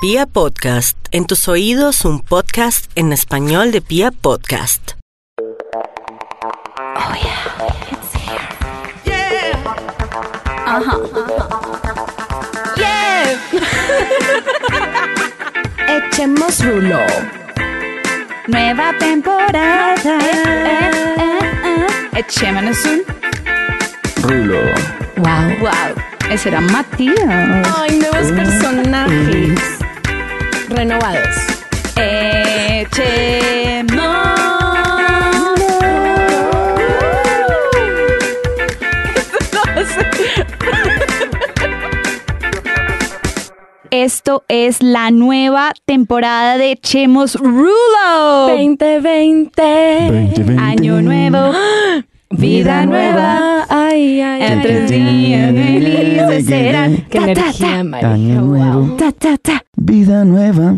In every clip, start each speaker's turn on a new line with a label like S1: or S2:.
S1: Pia Podcast, en tus oídos un podcast en español de Pia Podcast.
S2: Oh yeah, it's here. Yeah. Uh huh. Yeah.
S3: Echemos rulo.
S2: Nueva temporada. Echémonos un
S4: rulo.
S2: Wow, wow. Ese era Matías.
S3: Ay,
S2: Mm,
S3: nuevos personajes. Renovados.
S2: Echemos. Esto es la nueva temporada de Echemos Rulo.
S3: 2020.
S4: 2020.
S2: Año nuevo, vida nueva.
S3: Ay, ay, ay.
S2: Entre días felices serán. Ta,
S3: Qué
S2: ta,
S3: energía, María.
S4: Año nuevo.
S2: ta, ta, ta.
S4: Vida nueva.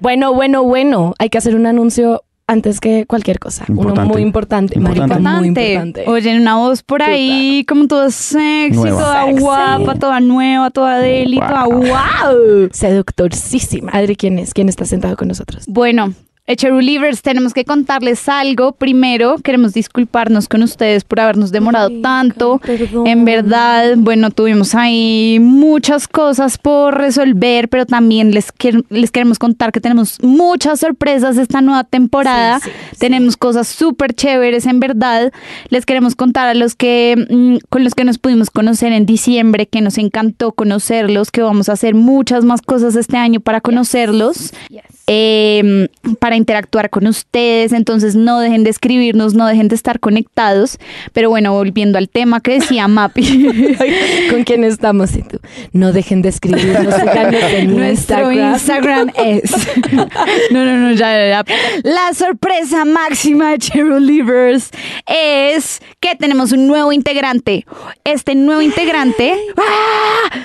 S3: Bueno, bueno, bueno. Hay que hacer un anuncio antes que cualquier cosa. Uno
S4: Importante.
S3: muy importante. marica,
S4: Importante.
S3: muy
S2: importante.
S3: importante.
S2: Oyen una voz por ahí, como toda sexy,
S4: Nueva.
S2: toda
S3: Sexy.
S2: guapa, toda nueva, toda deli, toda
S4: Guau.
S2: wow.
S3: Seductorcísima. Adri, ¿quién es? ¿Quién está sentado con nosotros?
S2: Bueno, Echerulivers, tenemos que contarles algo. Primero, queremos disculparnos con ustedes por habernos demorado tanto.
S3: perdón.
S2: En verdad, bueno, tuvimos ahí muchas cosas por resolver, pero también les, quer- les queremos contar que tenemos muchas sorpresas esta nueva temporada.
S3: Sí, sí, sí.
S2: Tenemos cosas súper chéveres, en verdad. Les queremos contar a los que mm, con los que nos pudimos conocer en diciembre, que nos encantó conocerlos, que vamos a hacer muchas más cosas este año para conocerlos eh, para interactuar con ustedes. Entonces no dejen de escribirnos, no dejen de estar conectados. Pero bueno, volviendo al tema que decía Mapi.
S3: ¿Con quién estamos? Y tú, No dejen de escribirnos. síganos en
S2: Nuestro
S3: Instagram.
S2: Instagram es. No, no, no, ya, ya, ya. La sorpresa máxima de Cheryl Livers es que tenemos un nuevo integrante. Este nuevo integrante,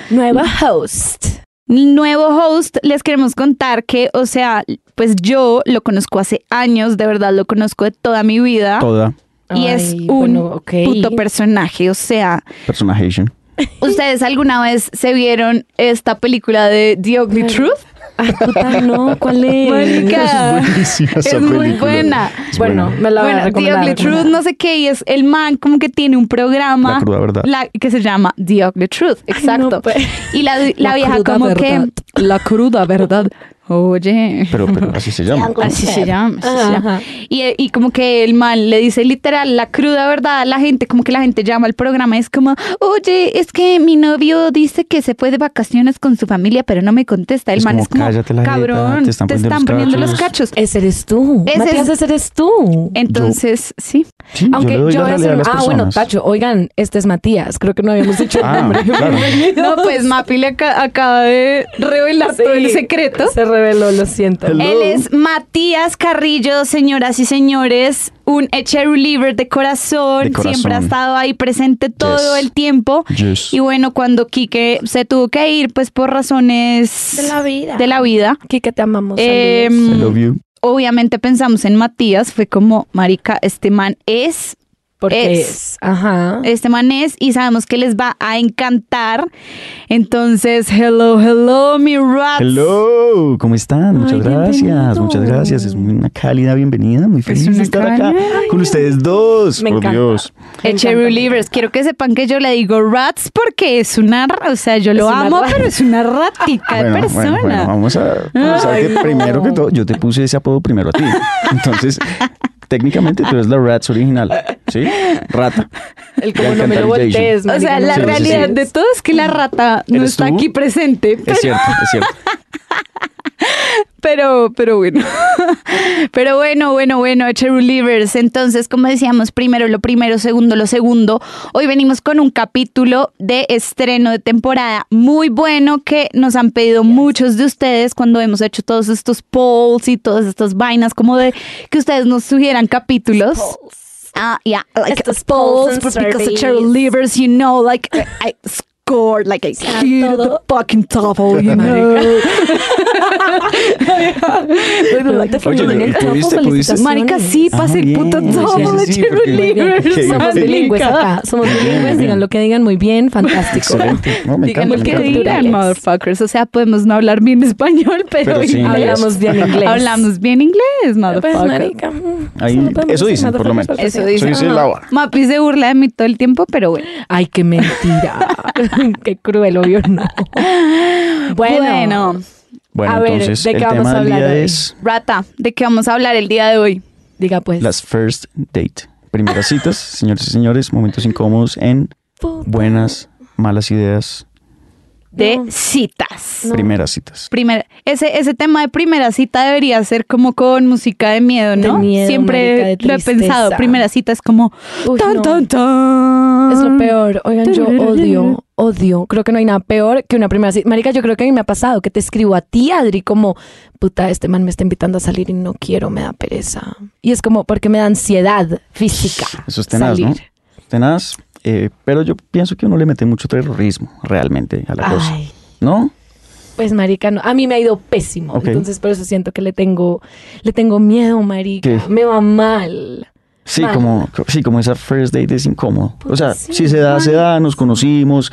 S3: Nueva host.
S2: nuevo host, les queremos contar que, o sea, pues yo lo conozco hace años, de verdad lo conozco de toda mi vida.
S4: Toda
S2: Y es
S3: Ay,
S2: un
S3: bueno, ok.
S2: puto personaje. O sea,
S4: personaje Asian.
S2: ¿ustedes alguna vez se vieron esta película de The Ugly Truth?
S3: Ay, puta, Ah, no. ¿Cuál es?
S2: Marica.
S4: buenísima
S2: Ah, Es
S4: esa
S2: muy
S4: película.
S2: buena.
S4: Es
S3: Bueno, me la voy a
S2: Bueno, The
S3: recomendar.
S2: Ugly Truth, no sé qué, y es el man como que tiene un programa
S4: La cruda verdad.
S2: la- que se llama The Ugly Truth, exacto.
S3: no, pues.
S2: Y la, la vieja
S3: cruda
S2: como
S3: verdad.
S2: que... La cruda verdad. Oye.
S4: Pero, pero así se llama.
S2: Así se llama. así se llama.
S3: Ajá.
S2: Y, eh, y como que el man le dice literal la cruda verdad a la gente, como que la gente llama al programa, es como, oye, es que mi novio dice que se fue de vacaciones con su familia, pero no me contesta. El
S4: Es
S2: man
S4: como,
S2: es como,
S4: "Cállate la jeta,
S2: cabrón, te están poniendo, los, cachos.
S3: Ese eres tú.
S2: Ese
S3: Matías,
S2: es- Eh,
S3: ese eres tú.
S2: Entonces, sí.
S4: Sí, yo le doy la
S3: voy a
S4: realidad a
S3: hacer-
S4: las
S3: Ah,
S4: personas.
S3: bueno, Tacho, oigan, este es Matías. Creo que no habíamos dicho el
S4: Ah,
S3: nombre.
S4: claro.
S2: No, pues Mapi le aca- acaba de revelar todo el secreto. Eh,
S3: Se reveló, lo siento.
S4: Hello.
S2: Él es Matías Carrillo, señoras y señores, un Echeru Liver de corazón,
S4: De corazón.
S2: siempre ha estado ahí presente todo
S4: Yes.
S2: el tiempo.
S4: Yes.
S2: Y bueno, cuando Quique se tuvo que ir, pues por razones
S3: De la vida.
S2: de la vida,
S3: Kike, te amamos.
S2: Eh,
S3: saludos.
S4: I love you.
S2: obviamente pensamos en Matías, fue como, marica, este man es
S3: Porque
S2: es.
S3: es. Ajá.
S2: este manés y sabemos que les va a encantar. Entonces, hello, hello, mi rats.
S4: Hello, ¿cómo están? Muchas
S3: Ay,
S4: gracias,
S3: bienvenido.
S4: muchas gracias. Es muy- una cálida bienvenida, muy feliz
S2: una
S4: de estar acá
S2: cálida.
S4: con ustedes dos.
S3: Me
S4: por
S3: encanta.
S4: Dios.
S2: Eh, Cherry Livers, quiero que sepan que yo le digo rats porque es una, ra- o sea, yo lo
S3: Es una
S2: amo,
S3: rata.
S2: pero es una ratica de
S4: Bueno,
S2: persona.
S4: bueno, bueno, vamos a vamos a ver que
S3: no.
S4: primero que todo, yo te puse ese apodo primero a ti. Entonces, técnicamente tú eres la Rats original, ¿sí? Rata.
S3: El
S4: La
S3: como no me lo
S4: alcantarilla
S3: voltees,
S2: O
S3: marica,
S2: sea,
S3: no
S2: la
S3: me lo
S4: sí, sí, sí.
S2: realidad de
S3: voltees.
S2: todo es que la rata no
S4: ¿Eres
S2: está
S4: tú?
S2: aquí presente,
S4: Es cierto, es cierto.
S2: pero, pero bueno. pero bueno, bueno, bueno, Cherry Livers. Entonces, como decíamos, primero lo primero, segundo lo segundo. Hoy venimos con un capítulo de estreno de temporada muy bueno que nos han pedido muchos de ustedes cuando hemos hecho todos estos polls y todas estas vainas, como de que ustedes nos sugieran capítulos. Ah, yeah, like
S3: Estos polls
S2: polls, but
S3: and
S2: because of
S3: surveys.
S2: Cheryl Livers, you know, like I, I scored like I cleared the oh,
S3: todo.
S2: fucking top, you know.
S3: Te
S4: Oye,
S3: en el
S4: ¿y
S3: campo,
S4: pudiste- pudiste?
S3: felicitaciones.
S2: Marica, sí,
S4: Ah,
S2: pase el
S4: bien,
S2: puto
S4: sí,
S2: todo
S4: sí,
S2: de
S4: sí, porque-
S2: Cheerleaders,
S4: Muy bien,
S3: Somos
S2: marica.
S3: bilingües acá. Somos bilingües, digan lo que digan, muy bien, fantástico.
S4: Excelente. No, me
S3: Díganme
S4: encanta. me
S3: qué
S2: Que
S4: encanta.
S2: digan,
S3: Culturales.
S2: motherfuckers. O sea, podemos no hablar bien español, pero,
S4: Pero sí,
S2: inglés-
S3: Hablamos bien inglés.
S2: hablamos bien inglés,
S3: Pues,
S2: motherfuckers.
S3: marica, mm,
S4: Ahí-
S3: solo podemos
S4: eso
S3: decir
S4: dicen, por lo menos.
S3: motherfuckers,
S2: Eso
S3: sí.
S2: dicen.
S4: Soy ese lava.
S2: Mapi se burla de mí todo el tiempo, pero bueno.
S3: Ay, qué mentira. qué cruel, obvio, no. Bueno,
S2: Bueno,
S4: Bueno,
S3: A ver,
S4: entonces
S3: ¿de qué
S4: el
S3: vamos
S4: tema
S3: a
S4: del
S3: hablar
S4: día
S3: hoy?
S4: es
S2: Rata, ¿de qué vamos a hablar el día de hoy?
S3: diga pues.
S4: las first date. Primeras citas, señores y señores, momentos incómodos en
S3: Puta,
S4: buenas, malas ideas,
S2: De
S3: No.
S2: citas.
S3: No.
S4: primeras citas.
S2: Primer, ese, ese tema de primera cita debería ser como con música de miedo, ¿no?
S3: De miedo,
S2: Siempre
S3: marica, de
S2: lo he pensado.
S3: tristeza.
S2: Primera cita es como
S3: Uy,
S2: tan,
S3: no.
S2: tan, tan.
S3: Es lo peor. Oigan, yo odio, odio. Creo que no hay nada peor que una primera cita. Marica, yo creo que a mí me ha pasado que te escribo a ti, Adri, como, puta, este man me está invitando a salir y no quiero, me da pereza. Y es como porque me da ansiedad física.
S4: Eso es tenaz, ¿no?
S3: salir.
S4: Tenaz, eh, pero yo pienso que uno le mete mucho terrorismo realmente a la cosa.
S3: Ay,
S4: ¿No?
S3: pues marica, no. a mí me ha ido pésimo.
S4: Ok.
S3: Entonces por eso siento que le tengo, le tengo miedo, marica.
S4: ¿Qué?
S3: Me va mal.
S4: Sí,
S3: Mal.
S4: como, sí, como esa first date es incómodo. O sea,
S3: Pues sí,
S4: si se da, se da, nos conocimos,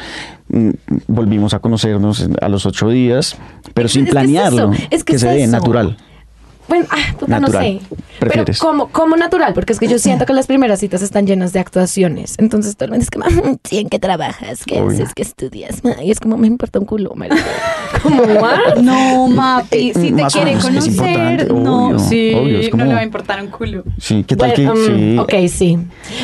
S4: mm, volvimos a conocernos en- a los ocho días, pero
S3: es
S4: sin
S3: que es
S4: planearlo.
S3: eso, es que es
S4: se dé
S3: eso.
S4: natural.
S3: Bueno, ah, puta,
S4: Natural.
S3: no sé.
S4: Prefieres.
S3: Pero como, como natural, porque es que yo siento que las primeras citas están llenas de actuaciones. Entonces todo el mundo es como, "Mm, sí, ¿en qué trabajas? ¿Qué
S4: Obvio.
S3: haces? ¿Qué estudias? Y es como, me importa un culo, marica. Como, ¿what?
S2: No, Mapi,
S4: Eh,
S2: si te
S4: más o
S2: quiere
S4: menos, es
S2: conocer,
S4: importante,
S2: no,
S4: obvio,
S2: sí,
S4: obvio, es
S2: no
S4: como-
S2: le va a importar un culo.
S4: Sí, ¿qué tal
S3: Bueno,
S4: que
S3: mm,
S4: sí,
S3: Ok, sí.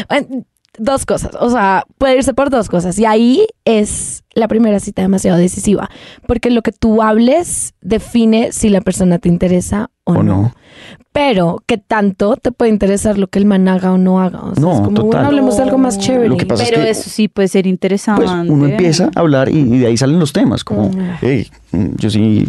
S3: Bueno, Dos cosas, o sea, puede irse por dos cosas. Y ahí es la primera cita demasiado decisiva, porque lo que tú hables define si la persona te interesa o, no.
S4: o no?
S3: Pero que tanto te puede interesar lo que el man haga o no haga. O sea,
S4: No,
S3: es como,
S4: total.
S3: bueno, hablemos de algo más chévere.
S4: Lo que pasa es
S2: Pero
S4: que-
S2: eso sí puede ser interesante.
S4: Pues uno empieza a hablar y, y de ahí salen los temas, como,
S3: Mm.
S4: hey, yo sí,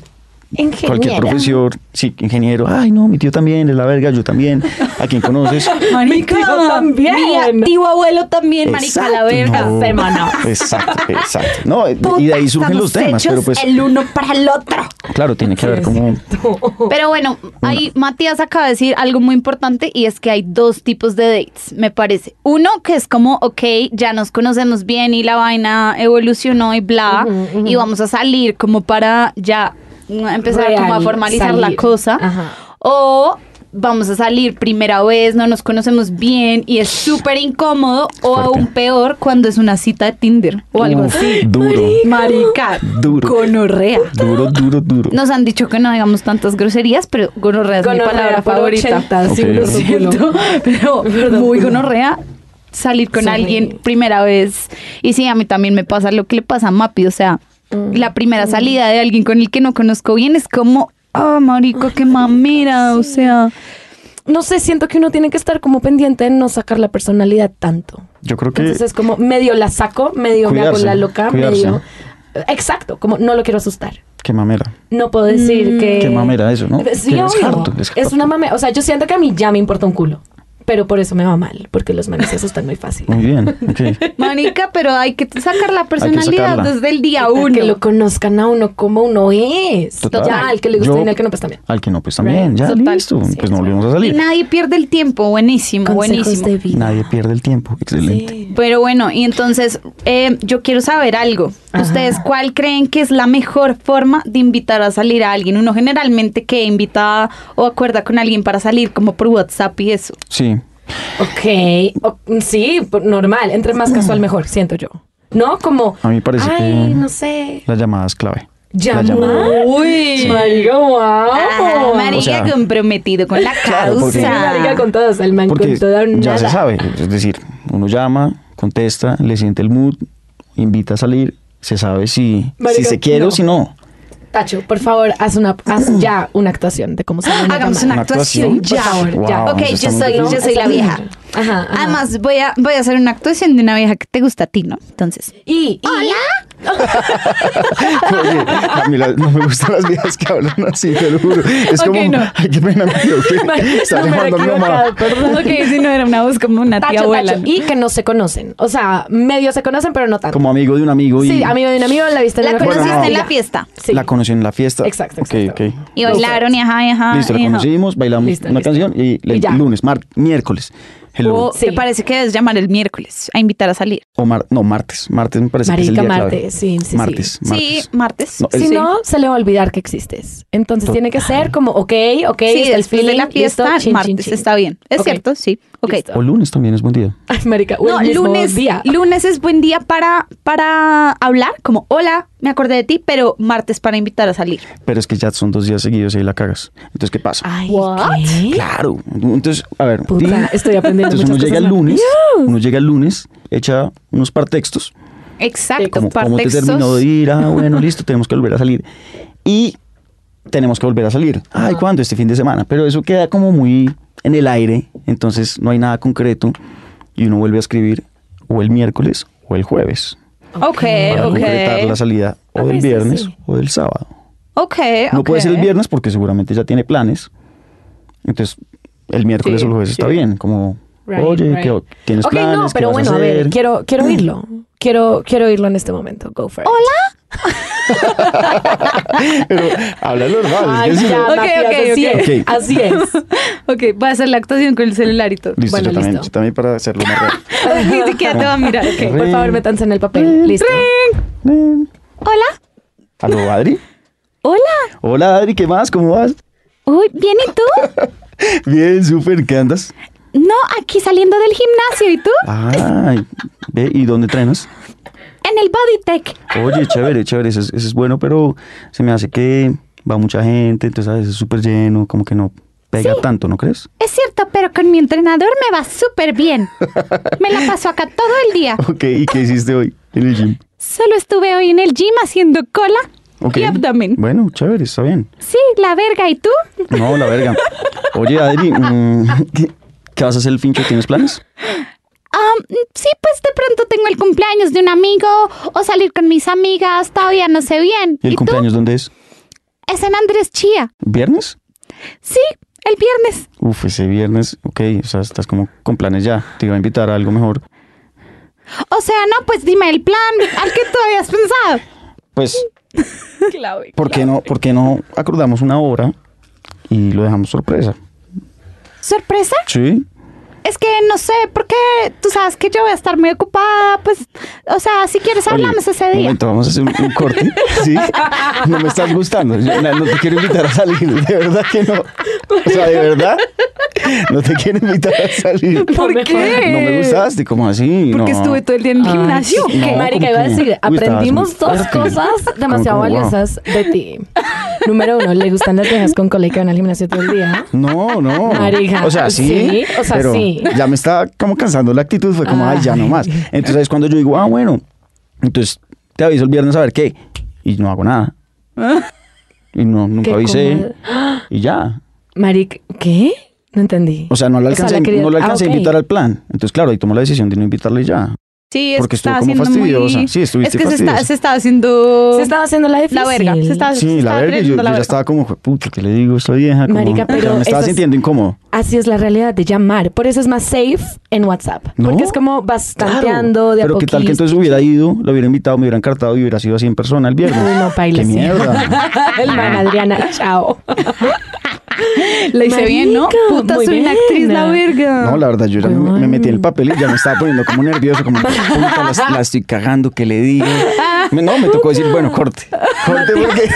S3: Ingeniero.
S4: cualquier profesor, sí, ingeniero, ay no, mi tío también, es la verga, yo también, ¿a quién conoces?
S2: Marica,
S3: Mi tío también.
S2: Mi antiguo abuelo también, marica, la
S4: Exacto,
S2: verga.
S4: no.
S2: Semana.
S4: Exacto, exacto. No, y de ahí surgen los temas, pero pues,
S2: el uno para el otro.
S4: claro, tiene que haber como
S2: Pero bueno, ahí Matías acaba de decir algo muy importante y es que hay dos tipos de dates, me parece. Uno que es como, ok, ya nos conocemos bien y la vaina evolucionó y bla,
S3: Ujú, ujú.
S2: y vamos a salir como para ya mm, empezar
S3: Real,
S2: como a formalizar la
S3: salir.
S2: cosa.
S3: Ajá.
S2: O vamos a salir primera vez, no nos conocemos bien y es súper incómodo o
S4: Fuerte.
S2: aún peor cuando es una cita de Tinder o algo
S4: Uf,
S2: así.
S4: Duro,
S2: Marica,
S4: Duro.
S2: gonorrea.
S4: duro, duro, duro.
S2: Nos han dicho que no digamos tantas groserías, pero gonorrea es mi palabra favorita.
S4: sí, Ok,
S2: Lo
S4: ok.
S2: siento, pero muy gonorrea salir con
S3: Sí.
S2: alguien primera vez. Y sí, a mí también me pasa lo que le pasa a Mapi, o sea,
S3: Mm.
S2: la primera salida de alguien con el que no conozco bien es como, ah, marico, qué mamera, o sea.
S3: No sé, siento que uno tiene que estar como pendiente de no sacar la personalidad tanto.
S4: Yo creo que
S3: Entonces es como medio la saco, medio me hago
S4: Cuidarse,
S3: la loca,
S4: cuidarse.
S3: medio... Exacto, como no lo quiero asustar.
S4: qué mamera,
S3: No puedo decir que...
S4: qué mamera eso, ¿no?
S3: eh, Sí,
S4: Que
S3: obvio.
S4: harto,
S3: Es,
S4: harto.
S3: una mame. O sea, yo siento que a mí ya me importa un culo. Pero por eso me va mal, porque los manes se asustan muy fácil.
S4: Muy bien, ok.
S2: Manica, pero hay que sacar la personalidad
S4: sacarla.
S2: desde el día
S3: Puta,
S2: uno.
S3: Que lo conozcan a uno como uno es.
S4: Total.
S3: Ya, al que le gusta
S4: Yo-
S3: bien, al que no, pues también.
S4: Al que no, pues también, ya
S2: Total.
S4: listo,
S3: Sí,
S4: pues no
S3: es
S4: volvimos a
S2: Y
S4: salir.
S2: nadie pierde el tiempo, buenísimo, buenísimo.
S3: de vida.
S4: Nadie pierde el tiempo, excelente.
S3: Sí.
S2: Pero bueno, y entonces eh, yo quiero saber algo.
S3: Ajá.
S2: ¿Ustedes cuál creen que es la mejor forma de invitar a salir a alguien? Uno generalmente que invita o acuerda con alguien para salir como por WhatsApp y eso.
S4: Sí,
S3: Ok. o- sí, por- normal. Entre más casual, mejor, siento yo. ¿No? Como.
S4: A mí parece
S3: Ay,
S4: que-
S3: no sé.
S4: la llamada es clave. La
S3: Llamar. Uy. Marica, wow.
S2: Ajá, Ah, marica
S4: O sea-
S2: comprometido con la
S4: Claro,
S2: causa.
S4: porque-
S3: Sí, marica, con todas, el man
S4: Porque
S3: con toda
S4: ya
S3: nada.
S4: se sabe, es decir, uno llama, contesta, le siente el mood, invita a salir, se sabe si,
S3: Marica,
S4: si se quiere
S3: no.
S4: o si no.
S3: Tacho, por favor, haz, una, haz ya una actuación de cómo se llama.
S2: Hagamos una
S4: Una
S2: actuación,
S4: actuación, pues,
S2: ya.
S3: por favor, ya.
S4: Wow,
S2: ok,
S4: eso está
S2: yo
S4: muy
S2: soy,
S4: difícil.
S2: yo soy la vieja.
S3: Ajá, ajá.
S2: Además, voy a, voy a hacer una actuación de una vieja que te gusta a ti, ¿no? Entonces.
S3: Y, y-
S4: Oye, a mí la- no me gustan las viejas que hablan así, te lo juro. Es
S2: Ok,
S4: como,
S2: no.
S4: ay, qué pena, pero que está
S3: No, me
S4: llamando a mi mamá.
S3: equivocado, perdón.
S2: Ok, si no era una voz como una tía
S3: Tacho,
S2: abuela.
S3: tacho. Y que no se conocen. O sea, medio se conocen, pero no tanto.
S4: Como amigo de un amigo y
S3: Sí, amigo de un amigo, la viste en
S2: La
S3: una
S4: Bueno,
S2: conociste
S4: no.
S2: en la
S3: ya.
S2: fiesta.
S3: Sí.
S4: la conocí en la fiesta.
S3: Exacto,
S4: Ok,
S3: exacto.
S4: ok.
S2: Y bailaron y ajá, y ajá.
S4: Listo, la
S2: y ajá.
S4: conocimos, bailamos
S3: Listo,
S4: una
S3: listo.
S4: canción y,
S3: Y
S4: el
S3: ya.
S4: lunes, mar- miércoles. Hello.
S2: O
S3: Sí.
S2: te parece que debes llamar el miércoles a invitar a salir.
S4: O mar- no, martes. Martes me parece que es el
S3: Marica,
S4: día clave.
S3: martes, sí, sí, sí.
S4: Martes,
S2: Sí,
S4: martes.
S2: martes.
S4: No, el-
S3: Si
S2: Sí.
S3: no, se le va a olvidar que existes. Entonces tiene que ser como, ok, ok,
S2: Sí,
S3: está el
S2: después de
S3: feeling,
S2: la fiesta,
S3: listo, chin,
S2: martes
S3: chin, chin.
S2: está bien. Es
S3: Ok.
S2: cierto, sí. Ok.
S3: Listo.
S4: O lunes también es buen día.
S3: Ay, marica, o el
S2: No,
S3: mismo
S2: lunes,
S3: día.
S2: lunes es buen día para, para hablar, como hola, me acordé de ti, pero martes para invitar a salir.
S4: Pero es que ya son dos días seguidos y ahí la cagas. Entonces, ¿qué pasa?
S3: Ay,
S2: What?
S3: ¿qué?
S4: Claro. Entonces, a ver.
S3: ¿Ah, Puta,
S4: di-
S3: estoy aprendiendo
S4: Entonces uno
S3: muchas
S4: llega el
S3: cosas.
S4: lunes, uno llega el lunes, echa unos partextos,
S2: Exacto,
S4: como cómo te terminó de ir, ah, bueno, listo, tenemos que volver a salir. Y tenemos que volver a salir. Ay, ¿cuándo? Este fin de semana. Pero eso queda como muy en el aire, entonces no hay nada concreto y uno vuelve a escribir o el miércoles o el jueves
S2: Ok,
S4: para concretar la
S2: ok.
S4: salida
S3: A
S4: o del
S3: veces
S4: viernes
S3: sí.
S4: o del sábado.
S2: Ok,
S4: No puede
S2: ok.
S4: ser el viernes porque seguramente ya tiene planes. Entonces, el miércoles
S3: Sí,
S4: o el jueves está
S3: sí.
S4: bien, como,
S3: Right,
S4: oye,
S3: right.
S4: ¿qué- ¿tienes
S3: Ok,
S4: planes?
S3: no,
S4: ¿Qué
S3: pero
S4: vas
S3: bueno, a,
S4: hacer? Mm.
S3: ver, quiero, quiero oírlo. Quiero, quiero oírlo en este momento. Go for it. ¡Hola!
S4: Pero habla normal.
S3: Ay,
S4: es que si
S3: Ah, ya,
S4: no-
S2: Ok,
S3: Matías,
S2: ok,
S3: así
S2: ok.
S3: es. Así es.
S2: Ok, voy a hacer la actuación con el celular y todo.
S4: Listo,
S3: Bueno,
S4: yo también,
S3: listo.
S4: yo también para hacerlo más rápido.
S2: Ni siquiera te va a mirar. ok.
S4: Ring.
S3: Por favor, métanse en el papel. Listo.
S4: Ven.
S2: Hola,
S4: ¿Aló, Adri?
S2: hola.
S4: Hola, Adri, ¿qué más? ¿Cómo vas?
S2: Uy, ¿bien y tú?
S4: Bien, súper, ¿qué andas?
S2: No, aquí saliendo del gimnasio. ¿Y tú?
S4: Ay, ve, ¿y dónde entrenas?
S2: En el Body Tech.
S4: Oye, chévere, chévere, eso es, eso es bueno, pero se me hace que va mucha gente, entonces a veces es súper lleno, como que no pega tanto, ¿no crees?
S2: Es cierto, pero con mi entrenador me va súper bien. Me la paso acá todo el día.
S4: Ok, ¿y qué hiciste hoy en el gym?
S2: Solo estuve hoy en el gym haciendo cola
S4: Ok.
S2: y abdomen.
S4: Bueno, chévere, está bien.
S2: Sí, la verga. ¿Y tú?
S4: No, la verga. Oye, Adri, mm, ¿qué, qué vas a hacer el fincho? ¿Tienes planes?
S5: Ah, mm, sí, pues de pronto tengo el cumpleaños de un amigo o salir con mis amigas, todavía no sé bien.
S4: ¿Y el cumpleaños dónde es?
S5: tú? Es en Andrés Chía.
S4: ¿Viernes?
S5: Sí, el viernes.
S4: Uf, ese viernes, ok, o sea, estás como con planes ya. Te iba a invitar a algo mejor.
S5: O sea, no, pues dime el plan al que tú habías pensado.
S4: Pues, ¿por qué no, por qué no acordamos una hora y lo dejamos sorpresa?
S5: ¿Sorpresa?
S4: Sí.
S5: Es que no sé, porque tú sabes que yo voy a estar muy ocupada, pues, o sea, si quieres
S4: Oye,
S5: hablamos ese
S4: un
S5: día.
S4: Momento, vamos a hacer un, un corte. ¿sí? No me estás gustando. Yo no, no te quiero invitar a salir. De verdad que no. O sea, de verdad. No te quiero invitar a salir.
S2: ¿Por
S3: me
S2: qué?
S4: No me gustaste, como así.
S2: Porque
S4: no.
S2: estuve todo el día en el
S3: Ay,
S2: gimnasio.
S4: Ah, sí.
S2: ¿Qué?
S4: No,
S3: Marica,
S4: como
S3: iba a
S4: que- Uy,
S3: decir,
S4: estabas muy
S3: aprendimos dos
S4: fuerte.
S3: cosas
S4: Como-
S3: demasiado
S4: como, wow.
S3: valiosas de ti. Número uno, le gustan las viejas con cola y que van al gimnasio todo el día.
S4: No, no.
S3: Marica,
S4: O sea, sí.
S3: sí, o sea,
S4: pero
S3: sí.
S4: Ya me estaba como cansando la actitud. Fue como, ay, ya no más. Entonces es cuando yo digo, ah, bueno. Entonces te aviso el viernes a ver qué. Y no hago nada. Y no, nunca
S3: Qué
S4: avisé.
S3: cómoda.
S4: Y ya.
S3: Marica, ¿qué? No entendí.
S4: O sea, no la
S3: sea,
S4: alcancé,
S3: la quería-
S4: no la
S3: ah,
S4: alcancé
S3: ok.
S4: a invitar al plan. Entonces, claro, ahí tomó la decisión de no invitarle y ya.
S2: Sí, es
S4: Porque
S2: que
S4: estuvo
S2: estaba
S4: como
S2: haciendo
S4: fastidiosa.
S2: muy...
S4: Sí, estuviste
S2: Es que se, está-
S4: fastidiosa.
S2: se estaba haciendo...
S3: se estaba haciendo la difícil.
S2: La verga. Se
S3: Ah,
S2: estaba, se
S4: Sí, la
S2: estaba
S4: verga. Yo,
S2: creyendo
S4: yo
S2: la
S4: ya
S2: verga.
S4: estaba como, "Jue- puta, ¿qué le digo a esta vieja? Como,
S3: Marica,
S4: o sea,
S3: pero
S4: me estaba
S3: eso es-
S4: sintiendo incómodo.
S3: Así es la realidad de llamar. Por eso es más safe en WhatsApp.
S4: ¿No?
S3: Porque es como bastanteando
S4: Claro.
S3: de a
S4: Pero qué tal que
S3: poquis.
S4: entonces hubiera ido, lo hubiera invitado, me hubiera encartado y hubiera sido así en persona el viernes.
S3: Uy, no, paila,
S4: ¡Qué
S3: sí.
S4: mierda!
S3: El man Adriana, chao.
S2: La hice bien, ¿no?
S3: Marica,
S2: Puta,
S3: muy
S2: soy una actriz,
S3: bien.
S2: la verga.
S4: No, la verdad, yo ya me, me metí en el papel y ya me estaba poniendo como nervioso, como, puta, la, la estoy cagando, ¿qué le digo? Me- No, me tocó decir, bueno, corte. Corte porque...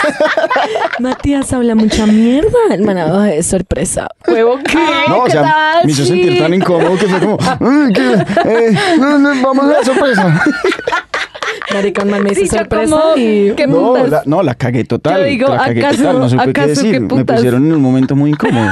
S3: Matías habla mucha mierda. Hermana, ay, sorpresa. Huevo, ¿qué?
S4: No, o
S3: ¿Qué
S4: sea,
S3: tal?
S4: me hizo sentir
S3: Sí.
S4: tan incómodo que fue como, "Ay, ¿qué? Eh, no, no, vamos a la sorpresa.
S3: Marica, un man me dice
S2: Sí, yo
S3: sorpresa
S2: como,
S3: y...
S2: ¿qué
S4: No,
S2: putas?
S4: la, no, la cagué total.
S2: Yo digo,
S4: la cagué
S2: ¿acaso-
S4: total, no supe qué
S2: acaso qué
S4: decir. me
S2: putas?
S4: pusieron en un momento muy incómodo.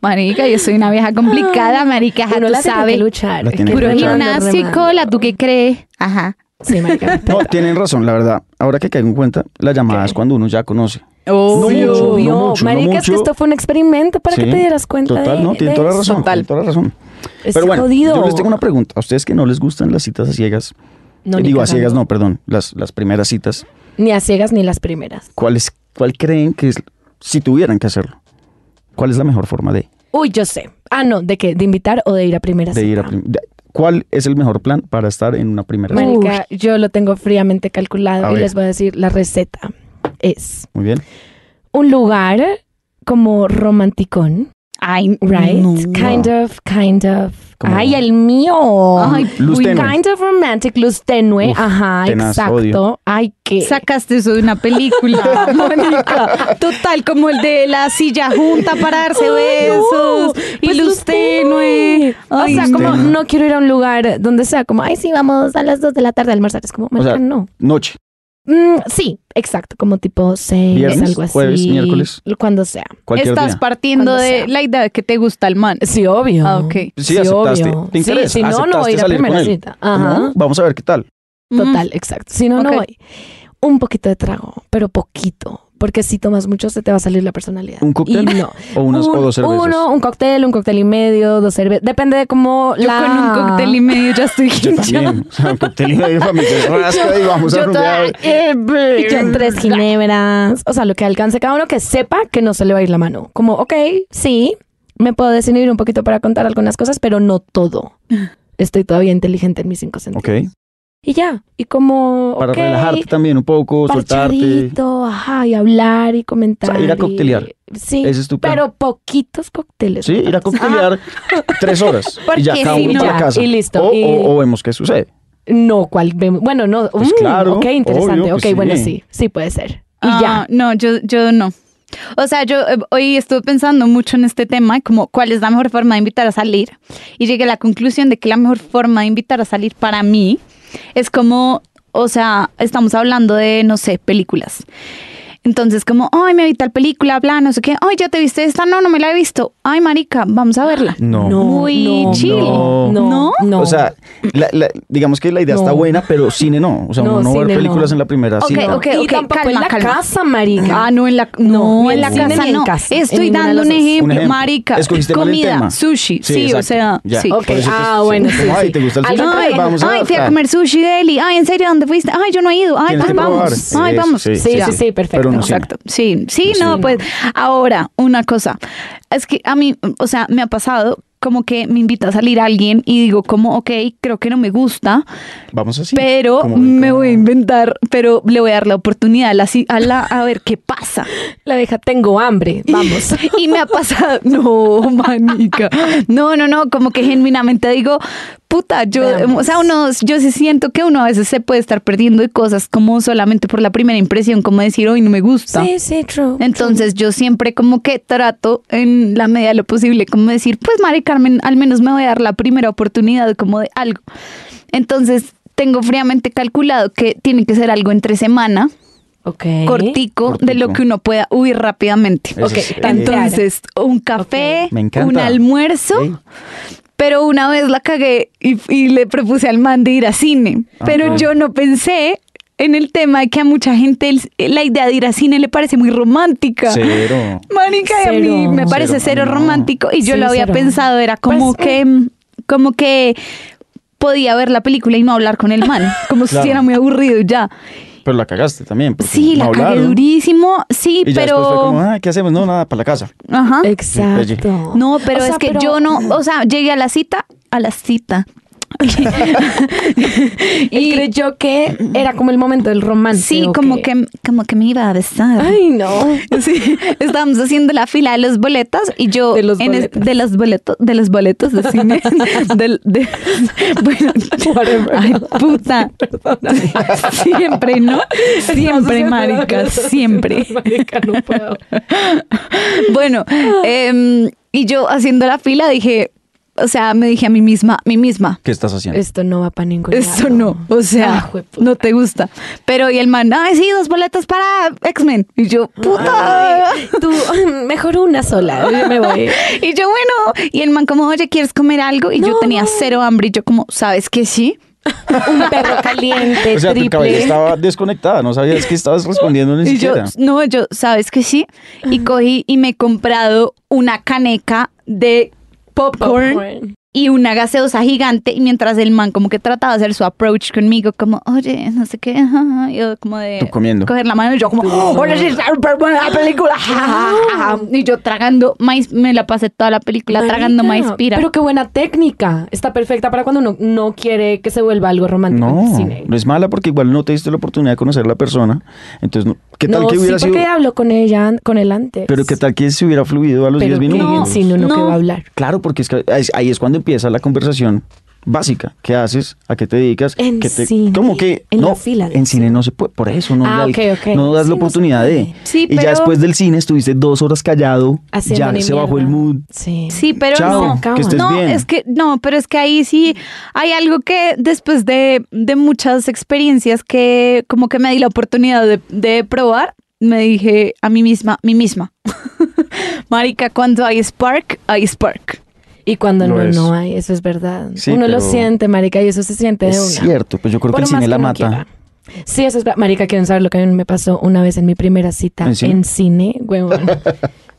S5: Marica, yo soy una vieja complicada, marica,
S3: Uno
S5: tú
S3: la tiene que
S5: sabes.
S3: luchar.
S4: La
S3: Es
S4: tiene
S3: que
S4: que
S5: Puro
S4: luchar.
S3: remando,
S5: gimnasio y
S3: remando.
S5: cola, ¿tú qué crees? Ajá.
S3: Sí, marica.
S4: No, tienen razón, la verdad. Ahora que caigo en cuenta, la llamada es cuando uno ya conoce.
S3: No
S4: Sí,
S3: mucho,
S4: obvio.
S3: no
S4: mucho, no
S3: Marica, es que
S4: mucho.
S3: esto fue un experimento para
S4: Sí,
S3: que te dieras cuenta
S4: Total,
S3: de-
S4: no, tiene
S3: de
S4: toda la
S3: eso.
S4: razón. Total. Toda la razón.
S3: Es
S4: Pero bueno,
S3: jodido.
S4: yo les tengo una pregunta. ¿A ustedes que no les gustan las citas a ciegas?
S3: No,
S4: Eh,
S3: ni
S4: digo, a
S3: cagando.
S4: ciegas no, perdón. Las, las primeras citas.
S3: Ni a ciegas ni las primeras.
S4: ¿Cuál, es, ¿Cuál creen que es, si tuvieran que hacerlo? ¿Cuál es la mejor forma de,
S3: Uy, yo sé. Ah, no, ¿de qué? ¿De invitar o de ir a primeras?
S4: de ir a... prim- de- ¿Cuál es el mejor plan para estar en una primera cita?
S3: Marica, yo lo tengo fríamente calculado
S4: A
S3: y
S4: ver.
S3: les voy a decir la receta. Es
S4: Muy bien.
S3: un lugar como romanticón,
S2: Ay,
S3: right?
S2: no.
S3: Kind of, kind of.
S4: Como-
S3: Ay, el mío.
S2: Ay,
S4: Luz
S2: uy,
S4: tenue.
S3: Kind of romantic, luz tenue.
S4: Uf,
S3: Ajá,
S4: tenaz,
S3: exacto.
S4: odio.
S3: Ay, qué.
S2: Sacaste eso de una película, Mónica. Total, como el de la silla junta para darse
S3: Ay, no.
S2: besos. Y
S3: Pues
S2: luz
S3: luz
S2: tenue.
S3: tenue. O
S2: Ay,
S3: sea, como
S4: tenue.
S3: no quiero ir a un lugar donde sea como, ay, sí, vamos a las 2 de la tarde a almorzar. Es como,
S4: O sea,
S3: marica, no.
S4: Noche.
S3: Mm, sí, exacto, como tipo seis,
S4: ¿Viernes,
S3: algo así.
S4: jueves, miércoles?
S3: Cuando sea.
S4: Cualquier
S2: estás
S4: día.
S2: partiendo
S3: Cuando
S2: de
S3: sea.
S2: la idea de que te gusta el man.
S3: Sí, obvio.
S2: Ah, ok.
S4: Sí, aceptaste.
S3: obvio.
S4: ¿Te interesa?
S3: Sí, si no, no voy a ir a
S4: ¿Aceptaste salir con
S3: primera
S4: él?
S3: cita. Ajá.
S4: No, Vamos a ver qué tal.
S3: Total, exacto. Si no,
S2: Ok.
S3: no voy. Un poquito de trago, pero poquito. Porque si tomas mucho, se te va a salir la personalidad.
S4: ¿Un cóctel?
S3: Y no.
S4: O unas
S3: Un-
S4: o dos cervezas.
S3: Uno, un cóctel, un cóctel y medio, dos cervezas. Depende de cómo
S2: Mm. Yo
S3: la...
S2: con un cóctel y medio ya estoy
S4: Yo
S2: hinchada.
S4: también. O sea, un cóctel y medio para meter rasca y vamos a
S2: Yo toda-
S4: rumbear.
S2: eh,
S3: Y yo en tres ginebras. O sea, lo que alcance cada uno que sepa que no se le va a ir la mano. Como, ok, sí, me puedo desinhibir un poquito para contar algunas cosas, pero no todo. Estoy todavía inteligente en mis cinco sentidos.
S4: Ok.
S3: Y ya. Y como,
S4: Para
S3: ok,
S4: relajarte también un poco, soltarte.
S3: parchadito, ajá, y hablar y comentar.
S4: O sea, ir a
S3: y-
S4: coctelear.
S3: Sí,
S4: Ese es tu plan.
S3: pero poquitos cócteles.
S4: Sí, ir a coctelear tres horas.
S2: Porque
S4: y ya cada
S2: si
S4: uno
S2: no-
S4: para casa.
S3: y listo,
S4: O,
S3: y-
S4: o- o vemos qué sucede.
S3: No, cual vemos. Bueno, no.
S4: Pues
S3: mm,
S4: claro,
S3: Ok, interesante.
S4: obvio
S3: Ok,
S4: que sí.
S3: bueno, sí. Sí puede ser. Y
S2: Ah,
S3: ya.
S2: No, yo, yo no. O sea, yo eh, hoy estuve pensando mucho en este tema, como cuál es la mejor forma de invitar a salir. Y llegué a la conclusión de que la mejor forma de invitar a salir para mí es como, o sea, estamos hablando de, no sé, películas. Entonces, como, ay, me vi tal película, bla, no sé qué. Ay, ¿ya te viste esta? No, no me la he visto. Ay, marica, vamos a verla.
S4: No.
S2: Muy chill.
S3: No,
S2: ¿No?
S3: no, no.
S4: O sea, la- la- digamos que la idea está
S3: No.
S4: buena, pero cine no. O sea,
S3: No,
S4: uno no ver
S3: cine no.
S4: películas en la primera
S2: Ok,
S3: Eh,
S4: cita.
S2: ok.
S3: y tampoco
S2: calma,
S3: en la
S2: calma.
S3: casa, marica.
S2: Ah, no, en la, no,
S3: No, ni
S2: en
S3: en
S2: la
S3: cine
S2: casa
S3: ni en
S2: no.
S3: casa, en
S2: Estoy
S3: ninguna de
S2: dando
S3: las
S2: un
S3: dos. Un
S2: ejemplo,
S4: ejemplo.
S2: marica.
S4: Escogiste mal el
S2: Comida,
S4: tema.
S2: sushi, sí, o
S4: exacto.
S2: sea,
S4: Ya.
S2: sí.
S3: Ok,
S4: Por eso te-
S3: ah,
S4: sí,
S3: bueno,
S4: como,
S3: sí,
S4: Ay,
S3: sí.
S4: ¿te gusta el
S3: Ay,
S4: sushi?
S2: Ay,
S4: vamos a
S2: ay, fui a
S4: ah,
S2: comer sushi deli. Ay, ¿en serio dónde fuiste? Ay, yo no he ido. Ay,
S4: tienes
S2: pues
S4: que probar.
S2: vamos. Ay,
S4: Eso,
S2: vamos.
S3: Sí,
S4: ya.
S3: sí, sí, perfecto.
S4: Pero no cine.
S2: Exacto. Sí, sí, no,
S4: Sí.
S2: pues ahora una cosa. Es que a mí, o sea, me ha pasado como que me invita a salir alguien y digo como, ok, creo que no me gusta,
S4: Vamos así.
S2: pero
S4: Como-
S2: me voy a
S4: como-
S2: inventar, pero le voy a dar la oportunidad a la, ci- a la- a ver qué pasa.
S3: La deja, tengo hambre. Vamos.
S2: Y me ha pasado, no, manica. No, no, no, como que genuinamente digo, puta, yo,
S3: Veamos.
S2: o sea, uno, yo sí siento que uno a veces se puede estar perdiendo de cosas como solamente por la primera impresión, como decir, hoy no me gusta.
S3: sí, sí, true.
S2: Entonces yo siempre como que trato en la medida de lo posible como decir, pues Mari Carmen, al menos me voy a dar la primera oportunidad como de algo. Entonces tengo fríamente calculado que tiene que ser algo entre semana,
S3: Ok.
S2: cortico, de lo
S4: Cortico.
S2: que uno pueda huir rápidamente.
S4: Eso
S3: Ok,
S4: es-
S3: tantear.
S2: Entonces, un café,
S4: Me encanta.
S2: un almuerzo,
S4: Ey.
S2: pero una vez la cagué y, y le propuse al man de ir a cine, pero
S4: Ajá.
S2: yo no pensé en el tema de que a mucha gente el- la idea de ir a cine le parece muy romántica.
S4: Cero.
S2: Marica, y a mí
S3: Cero.
S2: me parece cero,
S4: Cero, no.
S2: romántico y yo
S3: Sí,
S2: lo había
S3: cero.
S2: pensado, era como
S3: Pues,
S2: que como que podía ver la película y no hablar con el man, como si
S4: Claro.
S2: era muy aburrido y ya.
S4: Pero la cagaste también. porque
S2: Sí,
S4: no
S2: la cagué
S4: hablaron.
S2: durísimo, sí,
S4: Y ya después fue como,
S2: pero
S4: ah, ¿qué hacemos? No, nada, para la casa.
S2: ajá.
S3: Exacto.
S2: No, pero
S3: O sea,
S2: es que
S3: pero-
S2: yo no, o sea, llegué a la cita, a la cita.
S3: Ah, Él creyó que era como el momento del romance.
S2: Sí,
S3: ¿o
S2: como
S3: qué?
S2: que como que me iba a besar.
S3: Ay, no.
S2: Sí, estábamos haciendo la fila de los boletos y yo
S3: De los
S2: en es-
S3: boletos.
S2: de los boletos de los boletos de cine del- de- bueno,
S3: Whatever.
S2: ay puta siempre no siempre
S3: Estamos
S2: marica
S3: haciendo-
S2: siempre
S3: Marica, no puedo.
S2: bueno,
S3: Ah.
S2: em, y yo haciendo la fila dije, o sea, me dije a mí misma, a mí misma,
S4: ¿Qué estás haciendo?
S3: Esto no va para ningún
S2: esto
S3: lado.
S2: no, o sea,
S3: Pues Ah, jueputa.
S2: no te gusta. Pero y el man, ay, sí, dos boletas para X-Men. Y yo, puta.
S3: Ah, Tú, mejor una sola. Yo me voy.
S2: Y yo, bueno, y el man como, oye, ¿quieres comer algo? Y yo
S3: No,
S2: tenía
S3: no.
S2: cero hambre y yo como, ¿sabes que sí?
S3: Un perro caliente,
S4: o sea, tu cabeza
S3: triple.
S4: estaba desconectada, no sabías que estabas respondiendo ni
S2: Y yo,
S4: siquiera.
S2: no, yo, ¿sabes que sí? Y cogí y me he comprado una caneca de popcorn.
S3: Popcorn.
S2: y una gaseosa gigante y mientras el man como que trataba de hacer su approach conmigo como oye no sé qué ajá", yo como de
S4: Tú comiendo.
S2: coger la mano y yo como "Oh, hola sí, está súper buena la película y yo tragando maíz me la pasé toda la película tragando maíz
S3: Marica,
S2: pira
S3: Pero qué buena técnica. Está perfecta para cuando uno no quiere que se vuelva algo romántico en el
S4: No,
S3: cine.
S4: no es mala porque igual no te diste la oportunidad de conocer a la persona. Entonces, no- ¿qué tal
S3: no,
S4: que hubiera
S3: sí,
S4: sido?
S3: porque habló con ella, an- con él antes.
S4: Pero ¿qué tal que se hubiera fluido a los
S3: Pero
S4: 10
S3: que
S4: minutos?
S3: en cine uno que
S2: No.
S3: va a hablar.
S4: Claro, porque es que ahí- ahí es cuando empieza la conversación básica. ¿Qué haces? ¿A qué te dedicas?
S3: En
S4: ¿Qué te-
S3: cine.
S4: ¿Cómo que?
S3: En
S4: no,
S3: la fila del
S4: En cine no se puede. Por eso no,
S3: Ah,
S4: la-
S3: ok, ok.
S4: no
S3: Sí,
S4: das la
S3: no se
S4: oportunidad de.
S3: puede.
S2: Sí,
S4: y ya
S2: pero-
S4: después del cine estuviste dos horas callado.
S3: Haciendo
S4: ya se
S3: ni
S4: bajó el
S3: mierda.
S4: mood.
S3: Sí.
S2: Sí, pero
S4: Chao,
S2: no.
S4: que estés
S2: no,
S4: bien.
S2: es que no, pero es que ahí sí hay algo que después de, de muchas experiencias que como que me di la oportunidad de, de probar, me dije a mí misma, mí misma. Marica, cuando hay spark, hay spark.
S3: Y cuando
S4: Lo
S3: no,
S4: es.
S3: no hay, eso es verdad.
S4: Sí,
S3: uno lo
S4: pero-
S3: siente, marica, y eso se siente de
S4: Es
S3: una.
S4: cierto, pues yo creo
S3: Por
S4: que el
S3: más
S4: cine la
S3: uno
S4: mata.
S3: quiera. Sí, eso es verdad. Marica, quieren saber lo que a mí me pasó una vez en mi primera cita
S4: ¿En cine?
S3: en cine, huevón.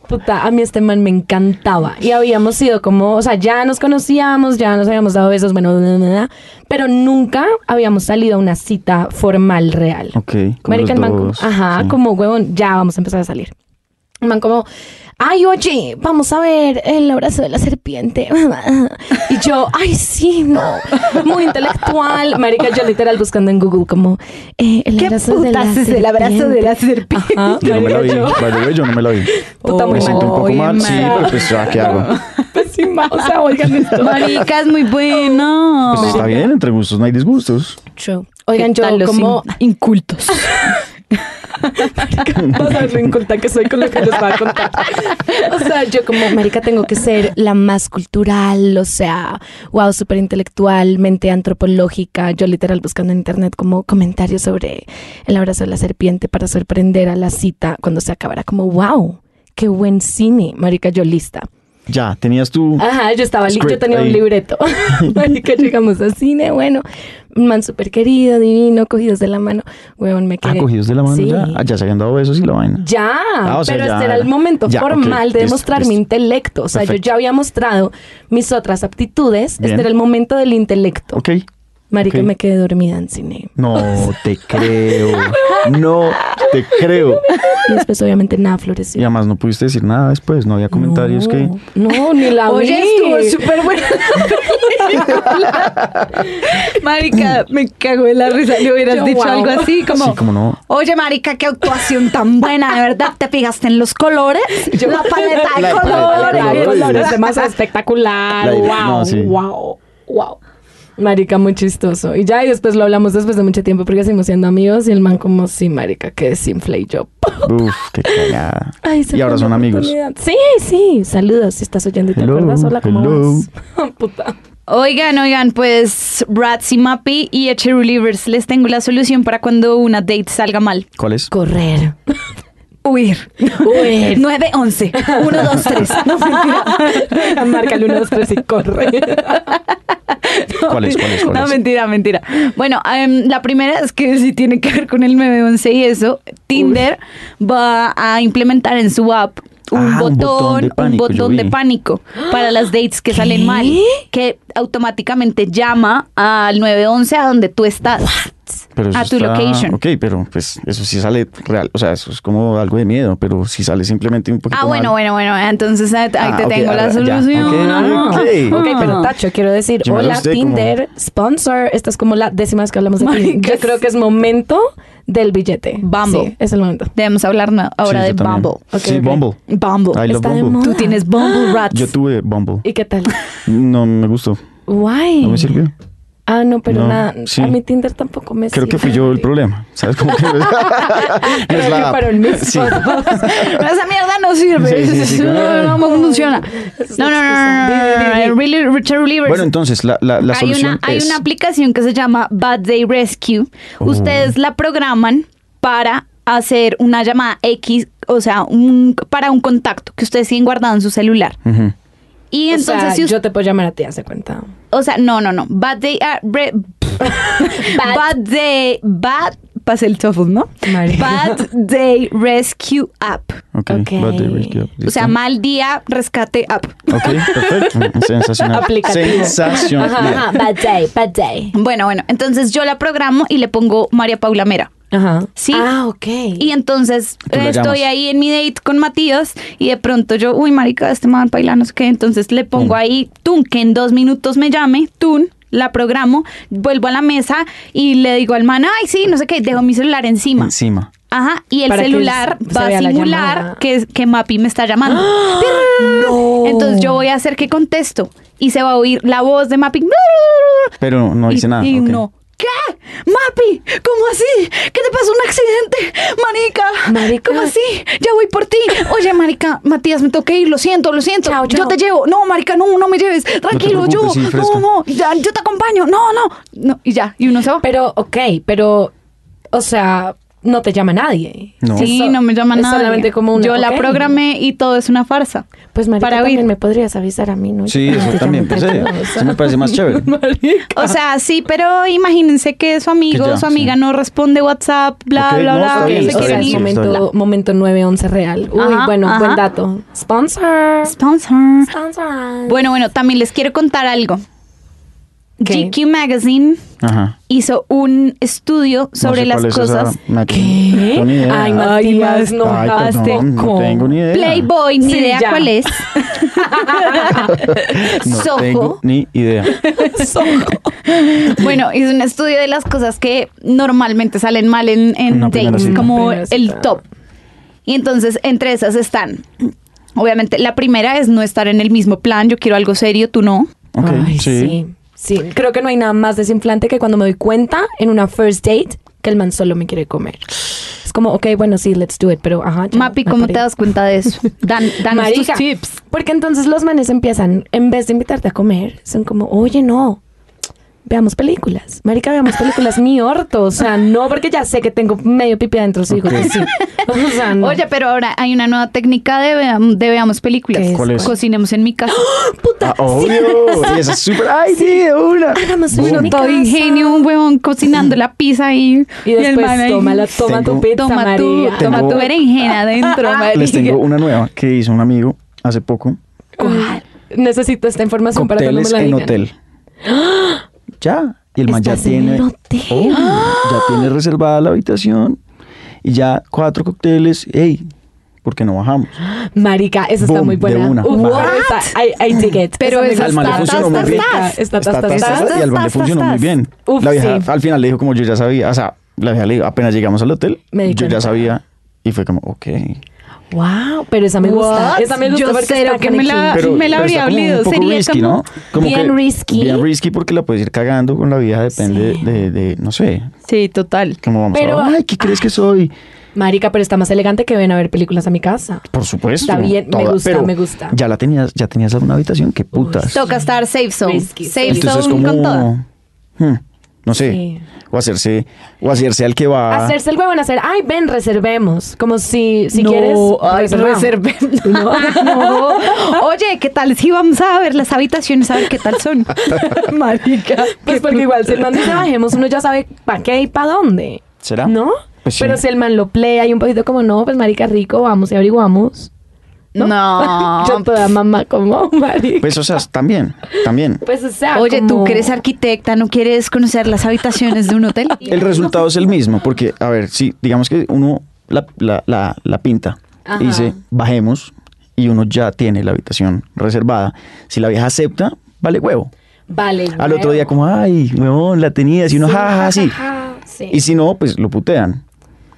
S3: Puta, a mí este man me encantaba. Y habíamos sido como, o sea, ya nos conocíamos, ya nos habíamos dado besos, bueno, na, na, na, pero nunca habíamos salido a una cita formal real.
S4: Ok, como
S3: Marica,
S4: los
S3: el man como,
S4: dos,
S3: ajá,
S4: sí.
S3: como huevón, ya vamos a empezar a salir. El man como, ay, oye, vamos a ver el abrazo de la serpiente. Y yo, ay, sí, no. Muy intelectual. Marica, yo literal buscando en Google como, eh, el
S2: ¿Qué
S3: abrazo de la
S2: putas es
S3: serpiente.
S2: el abrazo de la serpiente?
S3: Ajá,
S4: Yo no me la vi.
S3: marica, yo-
S4: by the way, yo no me la vi.
S3: Puta, muy
S4: me siento un poco
S2: Oye,
S4: mal. Sí,
S2: marica.
S4: pero pues, ah, ¿qué hago?
S3: Pésima, o sea, oigan esto.
S2: Marica, es muy bueno.
S4: Pues está bien, entre gustos no hay disgustos.
S3: Show.
S2: ¿Qué
S3: Oigan, yo
S2: tal los
S3: como...
S2: in- incultos.
S3: Vas a ver lo inculta que soy con lo que les voy a contar. O sea, yo como, marica, tengo que ser la más cultural, o sea, wow, súper intelectual, mente antropológica. Yo literal buscando en internet como comentarios sobre el abrazo de la serpiente para sorprender a la cita cuando se acabara. Como, wow, qué buen cine, marica, yo lista.
S4: Ya, tenías tú.
S3: Ajá, yo estaba lista, yo
S4: Script
S3: tenía un
S4: ahí.
S3: libreto. Marica, llegamos al cine, bueno, un man súper querido, divino, cogidos de la mano. Huevón, me
S4: Ah,
S3: quedé.
S4: cogidos de la mano
S3: Sí.
S4: ya. Ah, ya se habían dado besos y la vaina.
S3: Ya,
S4: Ah, o sea,
S3: pero
S4: ya,
S3: este era el
S4: ya.
S3: momento
S4: Ya, ok,
S3: formal de
S4: listo,
S3: demostrar mi
S4: listo.
S3: intelecto. O sea, yo
S4: Perfecto.
S3: ya había mostrado mis otras aptitudes.
S4: Bien.
S3: Este era el momento del intelecto.
S4: Ok.
S3: Marica,
S4: ok.
S3: me quedé dormida en cine.
S4: No te creo. No te creo.
S3: Y después, obviamente, nada
S4: Y
S3: floreció.
S4: además no pudiste decir nada después. No había comentarios
S3: no,
S4: que.
S3: No, ni la
S2: Oye,
S3: vi.
S2: estuvo súper buena. Marica, me cago en la risa. Le hubieras
S3: Yo,
S2: dicho
S3: wow.
S2: algo así como.
S4: Sí, cómo no.
S2: Oye, Marica, qué actuación tan buena, de verdad. Te fijaste en los colores, la paleta de
S4: La paleta de
S2: colores.
S3: Colores,
S4: colores.
S3: colores, demás
S4: La
S3: espectacular.
S4: idea,
S3: wow,
S4: no, sí.
S3: wow, wow. Marica, muy chistoso. Y ya, y después lo hablamos después de mucho tiempo porque seguimos siendo amigos. Y el man, como, sí, Marica, que desinflé y yo.
S4: Uf, qué cagada.
S3: Ay, se
S4: y ahora
S3: fue
S4: son
S3: mi
S4: amigos.
S3: oportunidad. Sí, sí. Saludos, si estás oyendo y te
S4: Hello,
S3: acuerdas. Hola, ¿cómo
S4: hello.
S3: vas? Puta.
S2: Oigan, oigan, pues Rats y Mappy y Echeru Livers, les tengo la solución para cuando una date salga mal.
S4: ¿Cuál es?
S3: Correr.
S2: Huir.
S3: Huir.
S2: 9-11. 1-2-3. No,
S3: Márcale uno, dos, tres y corre.
S4: ¿Cuál es? ¿Cuál es? ¿Cuál
S2: No,
S4: es?
S2: mentira, mentira. Bueno, em, la primera es que sí tiene que ver con el 911 y eso. Tinder va a implementar en su app un
S4: Ah,
S2: botón,
S4: un botón de pánico,
S2: un
S4: yo
S2: botón de
S4: vi.
S2: pánico para las dates que salen mal, que automáticamente llama al 911 a donde tú estás.
S4: Pero eso
S2: a tu
S4: está-
S2: location.
S4: Ok, pero pues eso sí sale real. O sea, eso es como algo de miedo, pero si sale simplemente un poquito.
S2: Ah, bueno,
S4: mal.
S2: bueno, bueno. Entonces eh, ahí te
S4: Ah,
S2: te
S4: ok,
S2: tengo
S4: ah,
S2: la
S4: ya,
S2: solución.
S4: ok, ok.
S3: Ok, pero
S2: Ah.
S3: Tacho, quiero decir,
S4: Yo me
S3: hola
S4: asusté como-
S3: Tinder, sponsor. Esta es como la décima vez que hablamos de
S2: Marica,
S3: Tinder. Yo
S2: sí.
S3: creo que es momento del billete.
S2: Bumble.
S3: Sí, es el momento.
S2: Debemos hablar no- ahora
S4: Sí,
S2: de
S4: yo también.
S2: Bumble.
S3: Ok,
S4: sí,
S3: ok.
S4: Bumble.
S2: Bumble.
S4: I love
S3: Está de
S4: Bumble.
S3: moda.
S2: Tú tienes Bumble Rats.
S4: Yo tuve Bumble.
S3: ¿Y qué tal?
S4: No me gustó.
S3: Guay.
S4: No me sirvió.
S3: Ah, no, pero
S4: No,
S3: nada.
S4: sí.
S3: A mi Tinder tampoco me
S4: Creo
S3: sirve.
S4: que fui yo el problema. ¿Sabes cómo que no es, no es
S3: Creo que
S4: la app.
S3: fueron mis
S4: Sí.
S2: No, esa mierda no sirve.
S4: Sí, sí, sí,
S2: Eso
S4: claro.
S2: no, no funciona.
S3: es
S2: No, no, no,
S3: excusa.
S2: no, no, no, no,
S3: Di, di,
S2: no,
S3: di.
S2: Really, Richard Rivers.
S4: Bueno, entonces la, la, la
S2: hay
S4: solución
S2: una, hay
S4: es Oh.
S2: una aplicación que se llama Bad Day Rescue. Ustedes la programan para hacer una llamada X, o sea, un, para un contacto que ustedes tienen guardado en su celular.
S4: Ujú.
S2: Y
S3: O
S2: entonces,
S3: sea,
S2: si usted,
S3: yo te puedo llamar a ti, hace cuenta.
S2: o sea, no, no, no. Bad Day, ah, re- bad. Day, Bad pasé el TOEFL, ¿no? Bad Day Rescue App.
S4: Ok.
S3: Ok.
S4: but they will give-
S2: O sea,
S4: ¿listo?
S2: mal día, rescate app.
S4: Ok, perfecto. Sensacional.
S3: Aplicativo.
S4: Sensacional.
S3: Ajá, bad day, bad day.
S2: Bueno, bueno, entonces yo la programo y le pongo María Paula Mera.
S3: Ajá.
S2: Sí.
S3: Ah, ok.
S2: Y entonces
S4: Tú la
S2: eh, estoy
S4: llamas.
S2: ahí en mi date con Matías y de pronto yo, uy, marica, este man baila no sé qué. Entonces le
S4: Mm.
S2: pongo ahí, Tun, que en dos minutos me llame, Tun, la programo, vuelvo a la mesa y le digo al man, ay, sí, no sé qué, dejo mi celular encima.
S4: Encima.
S2: Ajá, y el
S3: Para que
S2: celular
S3: se- se
S2: va a
S3: vea la
S2: simular
S3: llamada. ¡Ah!
S2: que, que Mapi me está llamando.
S3: No.
S2: Entonces yo voy a hacer que contesto y se va a oír la voz de Mapi.
S4: Pero no
S2: Y-
S4: dice nada.
S2: Y
S4: ok.
S2: uno, ¿qué? Mapi, ¿cómo así? ¿Qué te pasó? ¿Un accidente? Marica,
S3: Marica.
S2: ¿cómo así? Ya voy por ti. Oye, Marica, Matías, me toca ir, lo siento, lo siento.
S3: Chao,
S2: yo
S3: chao.
S2: te llevo. No, Marica, no, no me lleves. Tranquilo, yo.
S4: preocupes, sí,
S2: no,
S4: fresca.
S2: no, ya, yo te acompaño. No, no, no. Y ya, y uno se va.
S3: Pero, ok, pero, o sea, no te llama nadie.
S4: No.
S2: Sí,
S3: Eso-
S2: no me llama
S3: es
S2: nada.
S3: solamente como una-
S2: Yo la
S3: ok.
S2: programé y todo es una farsa.
S3: Pues, marica,
S2: Para
S3: también
S2: huir.
S3: me podrías avisar a mí, ¿no?
S4: Sí,
S3: Yo
S4: eso
S3: te
S4: también
S3: llamo
S4: pensé.
S3: tranquila, o sea.
S4: Eso me parece más chévere.
S3: Marica.
S2: O sea, sí, pero imagínense que su amigo
S4: Que ya,
S2: o su amiga
S4: sí.
S2: no responde WhatsApp, bla,
S4: Ok,
S2: bla,
S4: no,
S2: bla.
S4: está
S2: que
S4: bien,
S2: se
S4: está
S2: quieren
S4: bien, sí,
S2: ir.
S4: está
S3: momento, momento 911 real. Uy,
S2: Ajá,
S3: bueno,
S2: ajá.
S3: buen dato. Sponsor.
S2: Sponsor.
S3: Sponsor.
S2: Bueno, bueno, también les quiero contar algo.
S3: ¿Qué?
S2: GQ Magazine
S4: Ajá.
S2: hizo un estudio
S4: No
S2: sobre
S4: sé
S2: las
S4: cuál es esa
S2: cosas.
S4: máquina.
S3: ¿Qué?
S4: No, ni idea.
S3: Ay,
S4: Ay,
S3: Matías, no
S4: perdón,
S3: jugaste
S4: No
S3: con-
S4: tengo ni idea.
S2: Playboy, ni
S3: Sí,
S2: idea
S3: ya.
S2: cuál es.
S4: No
S2: Soho.
S4: tengo ni idea.
S2: Bueno, es un estudio de las cosas que normalmente salen mal en, en
S4: Una primera
S2: dates,
S4: cita.
S2: como
S3: Una primera
S2: el
S3: cita.
S2: top. Y entonces, entre esas están, obviamente, la primera es no estar en el mismo plan, yo quiero algo serio, tú no.
S4: Ok,
S3: Ay,
S4: sí.
S3: sí. sí. creo que no hay nada más desinflante que cuando me doy cuenta en una first date que el man solo me quiere comer. Es como, ok, bueno, sí, let's do it, pero ajá. ya,
S2: Mapi,
S3: me
S2: ¿cómo
S3: paré.
S2: te das cuenta de eso? Dan, danos tus
S3: Marica,
S2: tips.
S3: Porque entonces los manes empiezan, en vez de invitarte a comer, son como, oye, no, veamos películas. Marica, veamos películas, ni orto. O sea, no, porque ya sé que tengo medio pipi adentro, sí, hijo.
S4: Ok.
S3: Sí. O sea, no.
S2: Oye, pero ahora hay una nueva técnica de, veam- de veamos películas.
S3: ¿Qué es?
S4: ¿Cuál es?
S2: Cocinemos en mi casa.
S4: Ah, obvio. Sí, esa es súper. Ay, sí, de una.
S3: Hagamos
S4: Boom.
S3: una en mi
S2: Todo
S3: casa.
S2: ingenio, un huevón cocinando la pizza ahí.
S3: Y
S2: el man
S3: después,
S2: ahí,
S3: tómala, toma
S4: Tengo-
S3: tu pizza,
S2: Toma tu,
S3: María.
S2: toma
S4: Tengo-
S2: tu berenjena adentro, marica.
S4: Les tengo una nueva que hizo un amigo hace poco.
S3: Necesito esta información para que no me
S4: Cócteles
S3: la
S4: en
S3: digan.
S4: hotel. Ya. Y el man ya
S3: Estás en
S4: tiene.
S3: el hotel.
S4: Oh, ya tiene reservada la habitación. Y ya cuatro cócteles. Ey, ¿por qué no bajamos?
S3: Marica, esa está
S4: Boom,
S3: muy buena.
S4: de una.
S3: Uh,
S4: What?
S3: esa- I, I dig it.
S2: Pero
S3: Esa
S2: esa
S3: me
S4: Al man le
S2: Está,
S4: funcionó
S2: está,
S4: muy bien.
S2: está,
S3: Está,
S4: Está,
S3: está,
S4: está, está, está, y al man le funcionó muy bien.
S3: Uf,
S4: la vieja
S3: sí.
S4: al final le dijo como yo ya sabía, o sea, la vieja le dijo, apenas llegamos al hotel,
S3: Me di
S4: yo ya
S3: cuenta.
S4: sabía y fue como, ok.
S3: Wow, pero esa me gusta.
S2: What?
S3: Esa me gusta
S2: Yo
S3: porque
S2: cero
S3: está
S2: que me la-
S3: connecting.
S4: Pero,
S2: me la
S4: pero
S2: habría
S4: está como
S2: olido,
S4: Un poco
S2: sería
S4: risky,
S2: como
S4: ¿no? Como
S3: bien risky.
S4: Bien risky porque la puedes ir cagando con la vieja, depende
S3: Sí.
S4: de, de- no sé,
S2: Sí, total.
S4: cómo vamos
S3: Pero-
S4: a Ay, ¿qué crees que soy?
S3: Marica, pero está más elegante que ven a ver películas a mi casa.
S4: Por supuesto.
S3: Está bien, me gusta,
S4: pero
S3: me gusta.
S4: Ya la tenías, ya tenías una habitación, qué putas.
S2: Toca estar safe zone.
S3: Risky,
S2: Safe
S4: Entonces
S2: zone
S4: como
S2: con todo.
S4: hmm, no sé,
S3: Sí.
S4: o hacerse o hacerse al que va.
S3: Hacerse el huevón, hacer, ay, ven, reservemos. Como si, si
S2: no,
S3: quieres.
S2: ay,
S3: reservamos.
S2: reservé. No. Oye, ¿qué tal si vamos a ver las habitaciones a ver qué tal son? Marica.
S3: Pues porque igual, si el man dice bajemos, uno ya sabe para qué y para dónde.
S4: ¿Será?
S3: ¿No?
S4: Pues sí.
S3: Pero si el man lo playa y un poquito como, no, pues marica, rico, vamos y averiguamos.
S2: No.
S4: Ah.
S3: Yo toda mamá como, marica.
S4: Pues o sea, también, también.
S3: Pues, o sea,
S2: Oye, tú
S3: como-
S2: que eres arquitecta, ¿no quieres conocer las habitaciones de un hotel?
S4: El resultado es el mismo, porque, a ver, si digamos que uno la, la- la- la pinta
S3: Ajá.
S4: y dice, bajemos, y uno ya tiene la habitación reservada. Si la vieja acepta, vale huevo.
S3: Vale.
S4: Al otro día, como, ay, huevón, la tenías, y uno, jaja, sí.
S3: sí.
S4: Y si no, pues lo putean.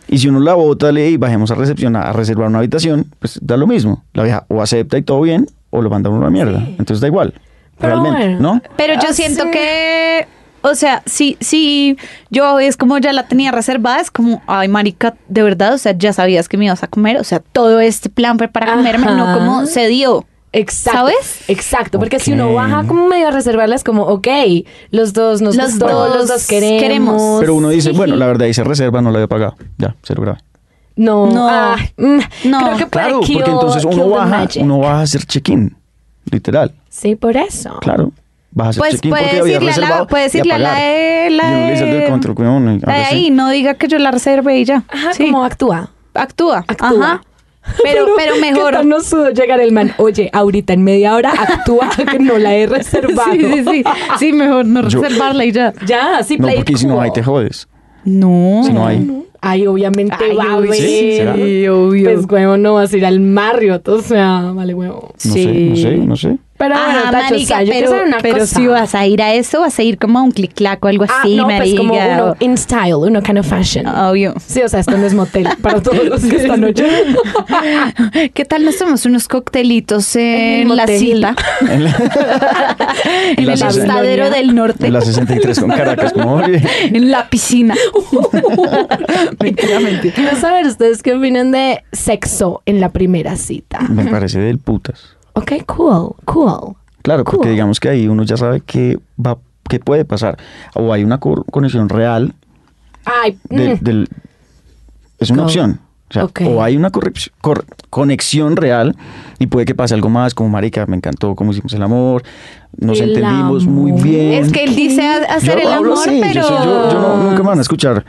S4: Y si uno la bota, le y bajemos a recepción a, a reservar una habitación, pues da lo mismo. La vieja o acepta y todo bien, o lo manda a uno a la mierda. Entonces da igual.
S3: Pero
S4: realmente,
S3: bueno.
S4: ¿no?
S2: Pero yo
S3: Ah,
S2: siento
S3: sí.
S2: que, o sea, sí, sí, yo es como ya la tenía reservada, es como, ay, marica, de verdad, o sea, ya sabías que me ibas a comer, o sea, todo este plan fue para comerme, no
S3: Ajá.
S2: como se dio.
S3: Exacto.
S2: ¿Sabes?
S3: Exacto, porque si
S4: Ok.
S3: uno baja como medio a reservarlas, como, ok, los dos nos
S2: Los
S3: gustó,
S2: dos
S3: los dos queremos.
S2: queremos.
S4: Pero uno dice, bueno, la verdad, hice reserva, no la había pagado. Ya, cero grave.
S3: No,
S2: No.
S3: ah, mm,
S2: No.
S3: creo que puede
S4: Claro,
S3: kill-
S4: porque entonces
S3: kill
S4: uno
S3: the
S4: baja,
S3: magic.
S4: uno baja a hacer check-in, literal,
S3: Sí, por eso.
S4: claro. vas a hacer
S2: Pues
S4: check-in porque
S2: puede
S4: había
S2: decirle, a la,
S4: reservado
S2: puede
S4: y
S2: decirle a la
S4: pagar.
S2: de
S4: Y
S2: la
S4: uno le dice al del
S2: de-
S4: control, weón, y
S2: la de
S4: algo así.
S2: ahí, no diga que yo la reservé y ya.
S3: Ajá,
S2: Sí.
S3: ¿cómo actúa?
S2: actúa.
S3: Actúa.
S2: Ajá. Pero, pero mejor.
S3: ¿qué tal nos sudo llegar el man? Oye, ahorita en media hora actúa que no la he reservado.
S2: Sí, sí, sí. Sí, mejor no
S4: Yo-
S2: reservarla y ya.
S3: Ya, sí,
S4: No,
S3: play
S4: porque
S3: it
S4: si no
S3: cool.
S4: hay te jodes.
S2: No.
S4: Si no hay.
S3: Ay, obviamente
S2: Ay,
S3: va a
S2: obvio.
S3: haber.
S4: Sí, será.
S2: obvio.
S3: Pues, huevo, no vas a ir al Marriott, o sea, vale, huevo.
S4: No sé, no sé, no sé.
S3: Pero
S2: Ajá,
S3: bueno, Tacho, o
S2: marica,
S3: sea, yo quiero
S2: pero,
S3: saber una
S2: pero
S3: cosa.
S2: si vas a ir a eso, vas a ir como a un clic-clac o algo
S3: Ah,
S2: así,
S3: no, pues
S2: marica.
S3: como uno
S2: o-
S3: in style, uno kind of fashion.
S2: Obvio.
S3: Ah. Sí, o sea, esto no es motel para todos los que están oyendo.
S2: ¿Qué tal nos tomamos unos coctelitos en,
S3: el
S2: la
S3: motel.
S2: cita?
S4: En la,
S2: en el
S4: la sesen-
S2: Estadero del Norte.
S4: en la 63 con Caracas, como oye.
S2: en la piscina. mentira, mentira.
S3: Quiero saber ustedes qué opinan de sexo en la primera cita.
S4: Me parece del putas.
S3: Ok, cool, cool.
S4: Claro, porque
S3: Cool.
S4: digamos que ahí uno ya sabe qué va, qué puede pasar. O hay una co- conexión real
S3: Ay,
S4: de-
S3: mm.
S4: del- es una
S3: Go.
S4: opción. O, sea,
S3: Ok.
S4: o hay una correp- cor- conexión real y puede que pase algo más, como marica, me encantó cómo hicimos el amor, nos
S3: El
S4: entendimos muy
S3: amor.
S4: bien.
S2: Es que él dice ha- hacer
S4: Yo
S2: el
S4: hablo
S2: amor,
S4: así, yo
S2: pero.
S4: soy- yo- yo no- nunca me van a escuchar.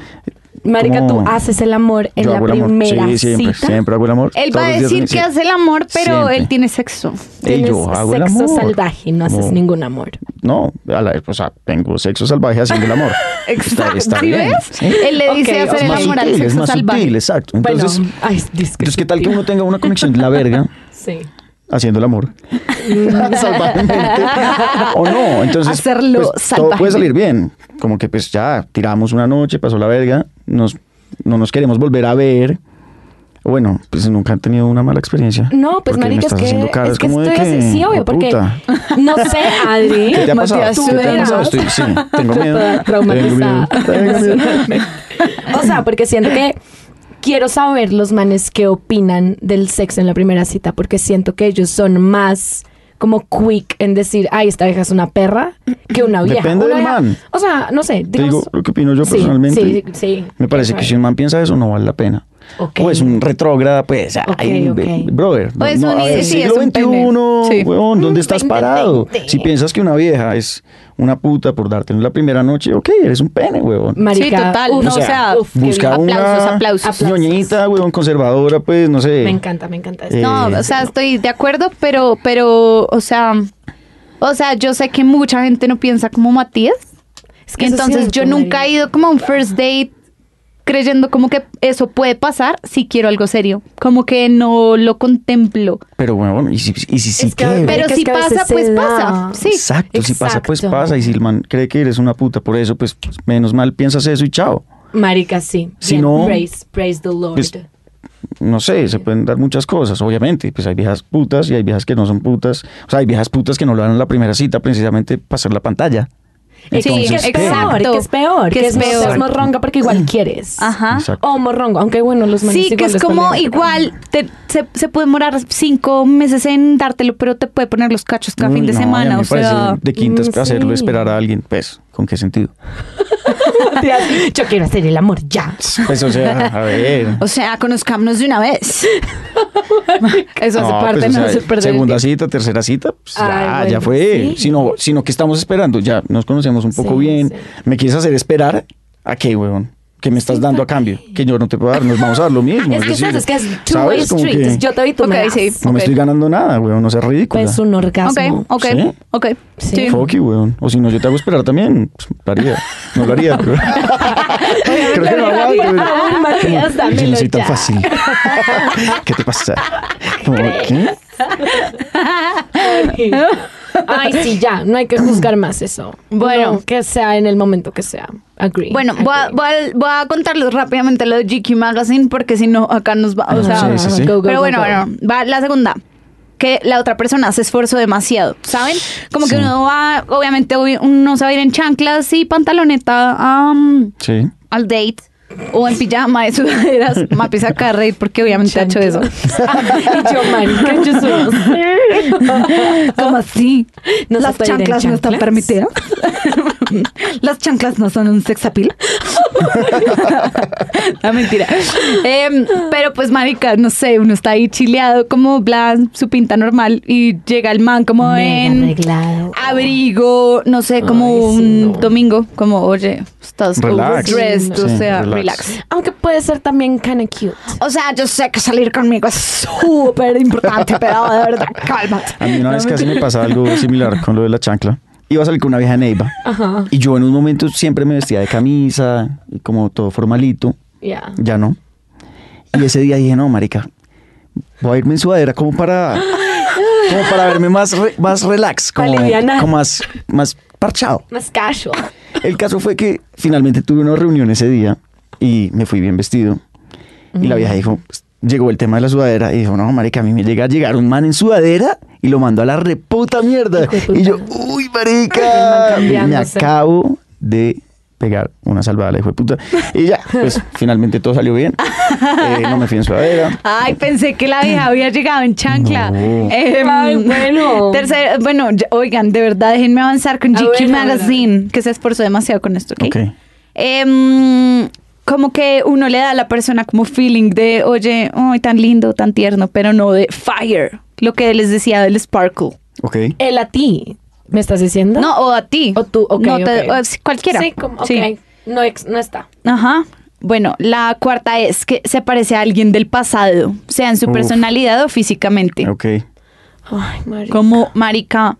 S3: Marica, tú
S4: ¿Cómo?
S3: haces el amor en
S4: Yo
S3: la
S4: hago el amor.
S3: primera
S4: Sí, siempre,
S3: cita.
S4: siempre hago el amor.
S2: Él
S4: Todos
S2: va a
S4: los días
S2: decir
S4: me
S2: que
S4: dice,
S2: hace el amor, pero
S4: Siempre.
S2: él tiene sexo.
S4: "Ey,
S3: Tienes
S4: yo hago el
S3: sexo
S4: amor".
S3: salvaje, no haces
S4: Como,
S3: ningún amor.
S4: No, a la- o sea, tengo sexo salvaje haciendo el amor. Está, está
S2: ¿Sí
S4: bien.
S2: ves?
S4: ¿sí?
S2: Él le
S3: Ok,
S2: dice
S3: ok.
S2: hacer
S4: Es
S2: el
S4: más
S2: amor al
S4: sutil, es
S2: sexo
S4: más
S2: salvaje.
S4: sutil, exacto. Entonces,
S3: bueno, ay, es que
S4: entonces, ¿qué tal que
S3: sutil.
S4: uno tenga una conexión de la verga
S3: Sí.
S4: haciendo el amor? salvajemente. o no, entonces
S2: Hacerlo
S4: pues, todo
S2: salvaje.
S4: puede salir bien. Como que pues ya tiramos una noche, pasó la verga, nos, no nos queremos volver a ver. Bueno, pues nunca han tenido una mala experiencia.
S3: No, pues
S4: Porque me
S3: marica, es
S4: estás haciendo
S3: que,
S4: caras
S3: es que
S4: como de
S3: estoy así, sí, obvio, porque
S4: "Jueputa".
S3: no sé, Adri.
S4: ¿Qué te ha pasado?
S2: Matías,
S4: ¿Qué te ha
S2: tú
S4: pasado?
S2: verás.
S4: Estoy, sí, tengo
S3: Yo
S4: miedo.
S3: toda traumatizada
S4: Tengo miedo. Tengo miedo.
S3: emocionalmente. O sea, porque siento que quiero saber los manes qué opinan del sexo en la primera cita, porque siento que ellos son más como quick en decir, ay, esta vieja es una perra, que una vieja.
S4: Depende
S3: Una
S4: del
S3: vieja-
S4: man.
S3: O sea, no sé,
S4: Te digo
S3: digamos-
S4: lo que opino yo
S3: Sí,
S4: personalmente.
S3: sí, sí.
S4: Me parece que si un man piensa eso, no vale la pena.
S3: Ok.
S4: O es un retrógrada, pues, ay,
S3: ok.
S4: be- brother.
S2: O es
S4: no,
S2: un-
S4: a ver,
S2: sí, es
S4: siglo
S2: un pendejo.
S4: XXI,
S2: Sí.
S4: weón,
S3: Mm,
S4: ¿dónde estás
S3: 20,
S4: parado?
S3: 20.
S4: Si piensas que una vieja es una puta por darte en la primera noche, ok, eres un pene, weón.
S3: Marica,
S2: sí, total.
S3: uf,
S2: no, o
S3: qué
S2: sea,
S3: bien. Uf, qué
S4: Busca
S3: bien.
S4: una
S2: aplausos, aplausos.
S4: ñoñita, weón, conservadora, pues, no sé.
S3: Me encanta, me encanta esto.
S4: Eh,
S2: No, o sea, estoy de acuerdo, pero, pero, o sea, o sea, yo sé que mucha gente no piensa como Matías.
S3: Es que eso es
S2: entonces
S3: cierto,
S2: yo nunca he
S3: marica.
S2: ido como a un first date creyendo como que eso puede pasar si quiero algo serio. Como que no lo contemplo.
S4: Pero, weón, y si, y si sí
S3: Es que-
S4: qué,
S3: Pero
S2: Pero
S3: es
S2: si
S3: que a veces
S2: pasa,
S3: se
S2: pues
S3: da.
S2: pasa. Sí.
S4: Exacto, si pasa, pues
S3: Exacto.
S4: pasa. Y si el man cree que eres una puta por eso, pues menos mal piensas eso y chao.
S3: Marica, sí.
S4: Si
S3: Bien,
S4: no-
S3: Praise, praise the Lord.
S4: Pues, no sé, se pueden dar muchas cosas, obviamente. Pues hay viejas putas y hay viejas que no son putas. O sea, hay viejas putas que no lo dan en la primera cita precisamente para hacer la pantalla.
S2: Sí,
S4: Entonces,
S3: que es
S4: ¿qué?
S3: peor,
S2: exacto.
S3: que es peor,
S2: Que
S3: que,
S2: es
S3: es,
S2: peor.
S3: es morronga porque igual quieres.
S2: Ajá.
S4: Exacto.
S3: O morrongo, aunque bueno, los manes
S2: Sí, que
S3: igual
S2: es
S3: les
S2: como
S3: vale.
S2: igual, te- se, se puede demorar cinco meses en dártelo, pero te puede poner los cachos cada fin de
S4: No, y a mí
S2: semana.
S4: me
S2: O
S4: parece
S2: sea,
S4: de quintas
S3: Mm, sí.
S4: hacerlo esperar a alguien, pues, ¿con qué sentido?
S3: Yo quiero hacer el amor ya.
S4: Pues, o sea, a ver.
S2: o sea, conozcámonos de una vez. Eso hace
S4: No,
S2: parte
S4: pues, o
S2: no
S4: sea,
S2: hace perder el
S4: segunda cita, tercera cita, pues, ya,
S3: Ay,
S4: ya
S3: bueno,
S4: fue.
S3: sí.
S4: Sino, sino que estamos esperando, ya nos conocemos un poco
S3: Sí,
S4: bien.
S3: sí.
S4: ¿Me quieres hacer esperar? ¿A qué, huevón? ¿Qué me estás
S3: Sí,
S4: dando a
S3: ¿para
S4: cambio? Que yo no te puedo dar, nos vamos a dar lo mismo.
S3: es que
S4: decir,
S3: sabes, es que es two-way
S4: ¿sabes? Como
S3: street.
S4: que Pues
S3: es Yo te vi, tú me
S2: Ok,
S3: das.
S2: sí.
S4: No me estoy ganando nada, weón, no seas ridícula.
S3: Pues un orgasmo.
S2: tiempo. Ok, ok,
S4: Sí.
S2: ok.
S3: Sí.
S2: sí.
S4: Fuck you, weón. O si no, yo te hago esperar también. Pues, lo haría. No lo haría, pero... Creo que no
S3: Ay,
S4: aguanto,
S3: por
S4: weón.
S3: favor, Matías,
S4: Yo no
S3: dámelo
S4: soy tan
S3: ya.
S4: fácil. ¿Qué te pasa? Como, ¿qué?
S3: Ay, sí, ya. No hay que juzgar más eso.
S2: Bueno.
S3: No, que sea en el momento que sea. Agree.
S2: Bueno, voy a,
S3: agree.
S2: voy, a, voy a contarles rápidamente lo de GQ Magazine porque si no, acá nos va. O sea,
S4: sí, sí, sí.
S3: Go, go,
S2: pero
S3: go,
S2: bueno,
S3: go.
S2: bueno, va la segunda. Que la otra persona se esforzó demasiado, ¿saben? Como que
S4: Sí.
S2: uno va, obviamente obvi- uno se va a ir en chanclas y pantaloneta am,
S4: Sí.
S2: al date o en pijama de sudaderas. Mapi saca a reír porque obviamente ha hecho eso.
S3: y yo, marica, yo soy...
S2: Como así.
S3: No se
S2: Las
S3: puede ir en
S2: chanclas no están
S3: chanclas.
S2: permitidas. Las chanclas no son un sexapil. La mentira. Em, pero pues, marica, no sé, uno está ahí chileado, como blan, su pinta normal, y llega el man como en
S5: arreglado.
S2: abrigo, no sé, como
S3: Ay, sí,
S2: un
S3: no.
S2: domingo, como, oye, estás
S4: Relax.
S2: overdressed, o
S4: Sí,
S2: sea,
S4: relax.
S2: relax.
S3: Aunque puede ser también kinda cute.
S2: O sea, yo sé que salir conmigo es súper importante, pero de verdad, cálmate.
S4: A mí una vez casi me pasaba algo similar con lo de la chancla. Iba a salir con una vieja neiva.
S3: Ajá.
S4: Y yo en un momento siempre me vestía de camisa, y como todo formalito.
S3: Ya.
S4: Ya no. Y ese día dije, no, marica, voy a irme en sudadera como para, como para verme más, re- más relax, como,
S3: Alivianar.
S4: como más, más parchado.
S3: Más casual.
S4: El caso fue que finalmente tuve una reunión ese día y me fui bien vestido. Y la vieja dijo, pues, llegó el tema de la sudadera y dijo, no, marica, a mí me llega a llegar un man en sudadera y lo mandó a la reputa mierda.
S3: Hijo de puta.
S4: Y yo, uy,
S3: man
S4: marica, me
S3: cambiándose.
S4: acabo de pegar una salvada a la hijo de puta. Y ya, pues finalmente todo salió bien. Eh, no me fui en sudadera.
S2: Ay, pensé que la vieja había llegado en chancla.
S4: No.
S2: Em,
S3: Ay, bueno.
S2: tercer- bueno, ya- oigan, de verdad, déjenme avanzar con
S3: Ah,
S2: GQ
S3: bueno,
S2: Magazine, que se esforzó demasiado con esto, ¿ok?
S4: Ok.
S2: Em, como que uno le da a la persona como feeling de, oye, ay, tan lindo, tan tierno, pero no de fire. Lo que les decía del sparkle.
S4: Ok.
S3: Él a ti. ¿Me estás diciendo?
S2: No, o a ti.
S3: O tú, ok,
S2: No te-
S3: ok.
S2: o si- cualquiera.
S3: eh, Sí, como, ok.
S2: Sí.
S3: No, ex- no está.
S2: Ajá. Bueno, la cuarta es que se parece a alguien del pasado, sea en su
S4: Uf.
S2: personalidad o físicamente.
S4: Ok.
S3: Ay, marica.
S2: Como marica.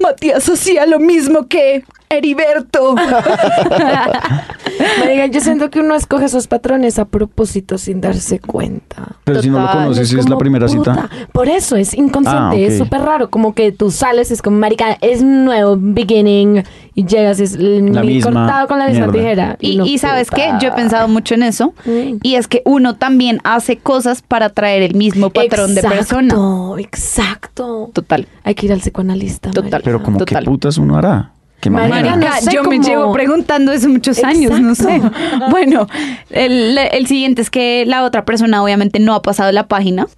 S2: Matías hacía lo mismo que Heriberto.
S3: Marica, yo siento que uno escoge esos patrones a propósito sin darse cuenta.
S4: Pero si no lo
S3: Total,
S4: conoces, es la
S3: como,
S4: primera
S3: puta,
S4: cita.
S3: Por eso es inconsciente,
S4: Ah, ok.
S3: es súper raro. Como que tú sales, es como, marica, es un nuevo beginning. Y llegas, es el-
S4: La misma
S3: cortado con la misma
S4: mierda.
S3: tijera.
S2: y,
S3: uno,
S2: y sabes qué,
S3: puta.
S2: yo he pensado mucho en eso.
S3: Mm.
S2: Y es que uno también hace cosas para traer el mismo patrón de persona.
S3: Exacto, exacto.
S2: Total.
S3: Hay que ir al psicoanalista.
S2: Total.
S3: marica.
S4: Pero como,
S2: Total.
S4: ¿qué putas uno hará? ¿Qué
S3: Marica,
S4: manera?
S3: no sé
S2: yo me
S3: cómo-
S2: llevo preguntando eso muchos años, no sé.
S3: Exacto.
S2: Bueno, el, el siguiente es que la otra persona obviamente no ha pasado la página.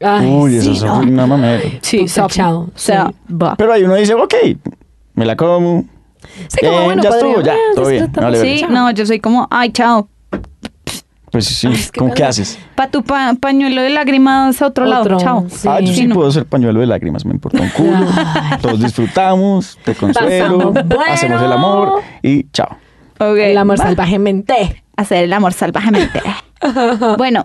S3: Ay,
S4: Uy,
S3: sí,
S4: eso
S3: no.
S4: es una mamera.
S2: Sí,
S3: Puta, chao.
S2: O sea, va.
S4: Pero ahí uno dice, ok, me la como.
S3: Sí, como,
S4: Bien,
S3: bueno,
S4: Eh, ya
S3: podría-
S4: estuvo, ya,
S3: ah,
S4: todo bien,
S3: está
S4: no le
S3: bien.
S2: Sí,
S4: Chao.
S2: no, yo soy como, ay, chao.
S4: Pues sí,
S3: Ay, es que
S4: ¿cómo
S3: cuando-
S4: qué haces?
S2: Pa' tu pa- pañuelo de lágrimas a otro,
S3: Otro,
S2: lado. Chao.
S3: sí.
S4: Ah, yo sí
S2: Sí, no.
S4: puedo ser pañuelo de lágrimas, me importa un culo. Todos disfrutamos, te consuelo,
S3: Pasamos bueno.
S4: hacemos el amor y chao.
S2: Ok.
S3: El amor
S2: Va.
S3: salvajemente.
S2: Hacer el amor salvajemente. bueno,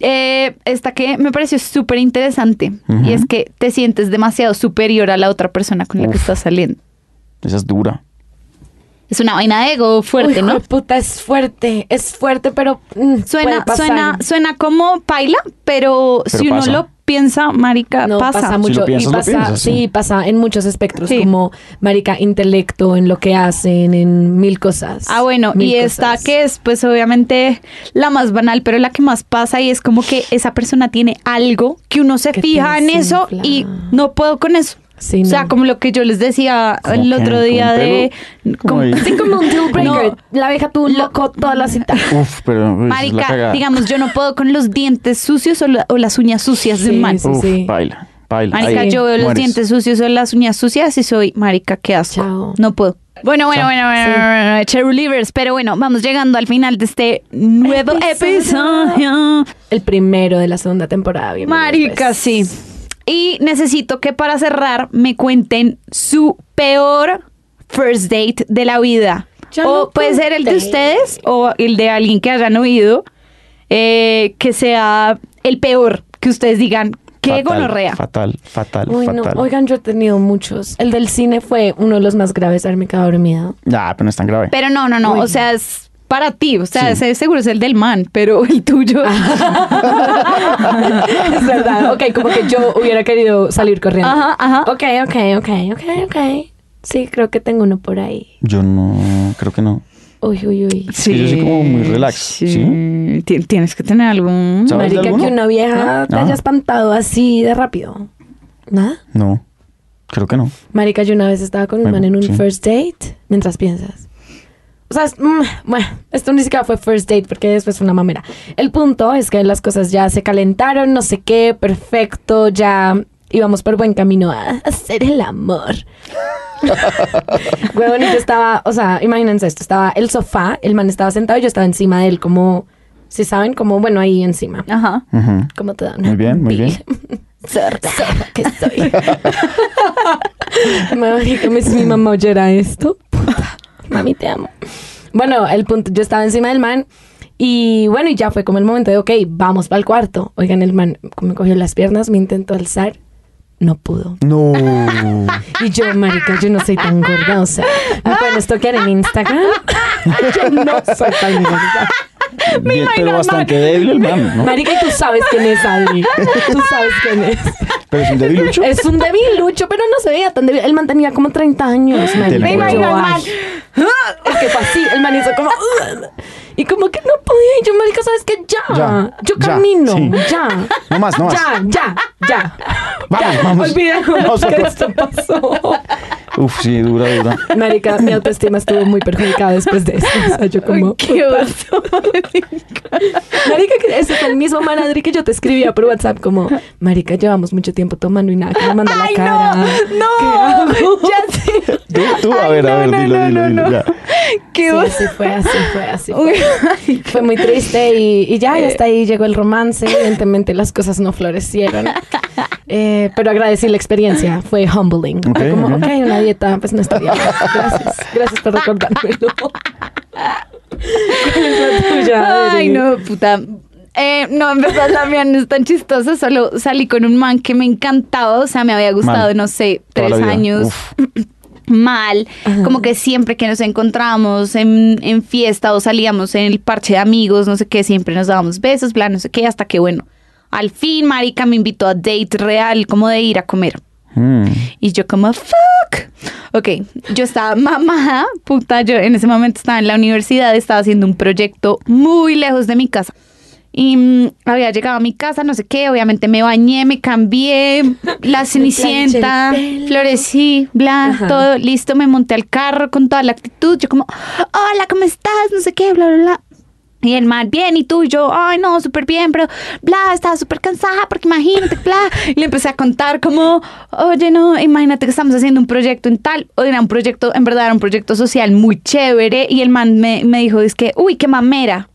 S2: eh, esta que me pareció súper interesante y es que te sientes demasiado superior a la otra persona con la que
S4: Uf.
S2: estás saliendo.
S4: Esa es dura.
S2: Es una vaina de ego fuerte,
S3: Uy,
S2: ¿no?
S3: Puta, es fuerte, es fuerte, pero mm, puede
S2: Suena,
S3: pasar.
S2: suena, suena como paila, pero,
S4: Pero
S2: si
S4: pasa.
S2: uno lo piensa, marica,
S3: No, pasa,
S2: pasa.
S3: mucho
S4: lo piensas,
S3: y
S4: lo
S3: pasa,
S4: piensas,
S3: sí.
S4: sí.
S3: pasa en muchos espectros,
S2: Sí.
S3: como marica, intelecto, en lo que hacen, en mil cosas.
S2: Ah, bueno,
S3: Mil
S2: y esta
S3: cosas.
S2: que es pues obviamente la más banal, pero la que más pasa y es como que esa persona tiene algo que uno se
S3: Que te
S2: fija en eso
S3: desinfla.
S2: y no puedo con eso.
S3: Sí,
S2: o
S3: no.
S2: sea, como lo que yo les decía
S4: Como
S2: el
S4: que-
S2: otro
S4: como
S2: día
S4: un
S2: de...
S4: pelo,
S2: como-
S4: como ahí.
S3: Sí, como un deal breaker.
S2: No.
S3: La vieja tuvo un loco toda la cita.
S4: Uf, pero uy, esa es la
S2: Marica,
S4: cagada.
S2: digamos, yo no puedo con los dientes sucios o, la- o las uñas sucias de
S3: Sí,
S2: un man.
S3: sí.
S4: Uf, baila, baila.
S2: Marica,
S4: ahí
S2: yo veo los
S4: mueres.
S2: dientes sucios o las uñas sucias y soy, marica, qué asco.
S3: Chao.
S2: No puedo. Bueno, bueno,
S4: Chao.
S2: bueno, bueno, bueno, bueno, Cheru Livers, pero bueno, vamos llegando al final de este nuevo
S3: Episodio.
S2: episodio.
S3: El primero de la segunda temporada. bienvenidos,
S2: Marica,
S3: pues.
S2: sí. Y necesito que para cerrar me cuenten su peor first date de la vida.
S3: Ya
S2: o
S3: lo
S2: puede ser el de
S3: conté.
S2: ustedes o el de alguien que hayan oído, eh, que sea el peor, que ustedes digan, qué
S4: Fatal,
S2: gonorrea.
S4: Fatal, fatal,
S3: Uy, no.
S4: fatal.
S3: Oigan, yo he tenido muchos. El del cine fue uno de los más graves. A ver, me quedaba dormida.
S4: Ya, pero no es tan grave.
S2: Pero no, no, no.
S3: Uy.
S2: O sea, es para ti. O sea,
S4: Sí.
S2: ese seguro es el del man, pero el tuyo. Ah.
S3: es verdad. Ok, como que yo hubiera querido salir corriendo.
S2: Ajá, ajá.
S3: Ok, ok, ok, ok, ok. Sí, creo que tengo uno por ahí.
S4: Yo no, creo que no.
S3: Uy, uy, uy.
S4: Sí, yo soy como muy relax, ¿sí?
S2: Ti- Tienes que tener algún.
S4: ¿Sabes de
S3: Marica,
S4: alguno?
S3: que una vieja te
S4: Ah.
S3: haya espantado así de rápido. ¿Nada?
S4: No, creo que no.
S3: Marica, yo una vez estaba con un
S4: Me-
S3: man en un
S4: sí.
S3: first date mientras piensas. O sea, es- mm, bueno, esto ni siquiera fue first date porque después fue una mamera. El punto es que las cosas ya se calentaron, no sé qué, perfecto, ya y vamos por buen camino a hacer el amor. Huevón, y yo estaba, o sea, imagínense esto, estaba el sofá, el man estaba sentado y yo estaba encima de él, como, si saben, como, bueno, ahí encima.
S2: Ajá.
S4: Ujú.
S3: Como te dan.
S4: Muy bien, muy bien.
S3: Sorda que soy. Marica, me- si mi mamá oyera esto. puta. Mami, te amo. Bueno, el punto, yo estaba encima del man y bueno, y ya fue como el momento de, ok, vamos para el cuarto. Oigan, el man me cogió las piernas, me intentó alzar, no pudo.
S4: No.
S3: Y yo, marica, yo no soy tan gorda, o sea, apenas toquear en Instagram, yo no soy tan gorda.
S4: Bien, pero
S2: al
S4: bastante débil el man, ¿no?
S3: Marica, y tú sabes quién es, Adri. Tú sabes quién es.
S4: Pero es un debilucho.
S3: Es un debilucho, pero no se veía tan débil. El man tenía como 30 años. marica.
S4: Me imagino
S3: Yo,
S2: al man. Ah,
S3: ay. Es que fue así. El man hizo como... "Ugh". Y como que no podía. Y yo, marica, ¿sabes qué? Ya.
S4: Ya,
S3: Yo
S4: ya,
S3: camino.
S4: sí.
S3: Ya.
S4: No más, no más.
S3: Ya, ya, ya.
S4: Vamos,
S3: ya.
S4: vamos.
S3: Olvidemos que
S4: Nosotros.
S3: esto pasó.
S4: Uf, sí, dura, dura.
S3: Marica, mi autoestima estuvo muy perjudicada después de eso. O sea, yo como...
S2: Qué oso.
S3: Marica, que ese fue el mismo man, Adri, que yo te escribía por WhatsApp como... Marica, llevamos mucho tiempo tomando y nada que me manda la
S2: Ay,
S3: cara.
S2: no, no. Ya sé.
S4: Tú, tú, a
S2: Ay,
S4: ver, a
S2: no,
S4: ver,
S2: no,
S4: dilo,
S2: no,
S4: dilo,
S2: no,
S4: dilo.
S2: no.
S4: ya.
S2: Qué
S3: Sí,
S2: oso.
S3: así fue, así fue, así fue.
S2: Uy, ay, Eh.
S3: Fue muy triste y, y ya, y hasta ahí llegó el romance. Evidentemente las cosas no florecieron. Eh, pero agradecí la experiencia. Fue humbling.
S4: Ok,
S3: Fue como,
S4: ok.
S3: ok, una dieta, pues no estaría mal. Gracias. Gracias por recordármelo. ¿Cuál es la tuya, Adri?
S2: Ay, no, puta. Eh, no, en verdad la mía no es tan chistosa. Solo salí con un man que me encantaba. O sea, me había gustado,
S4: Mal.
S2: no sé,
S4: Toda
S2: tres
S4: la vida.
S2: años.
S4: Uf.
S2: mal, como que siempre que nos encontrábamos en, en fiesta o salíamos en el parche de amigos, no sé qué, siempre nos dábamos besos, bla, no sé qué, hasta que bueno, al fin Marica me invitó a date real, como de ir a comer.
S4: Mm.
S2: Y yo como, fuck. Ok, yo estaba mamada, puta, yo en ese momento estaba en la universidad, estaba haciendo un proyecto muy lejos de mi casa. Y mm, había llegado a mi casa, no sé qué, obviamente me bañé, me cambié, la cenicienta,
S3: planché el pelo.
S2: florecí, bla,
S3: Ajá.
S2: todo listo, me monté al carro con toda la actitud, yo como, hola, ¿cómo estás? No sé qué, bla, bla, bla. Y el man, bien, y tú, y yo, ay, no, súper bien, pero bla, estaba súper cansada porque imagínate, bla. Y le empecé a contar como, oye, no, imagínate que estamos haciendo un proyecto en tal, o era un proyecto, en verdad era un proyecto social muy chévere. Y el man me, me dijo, es que, uy, qué mamera.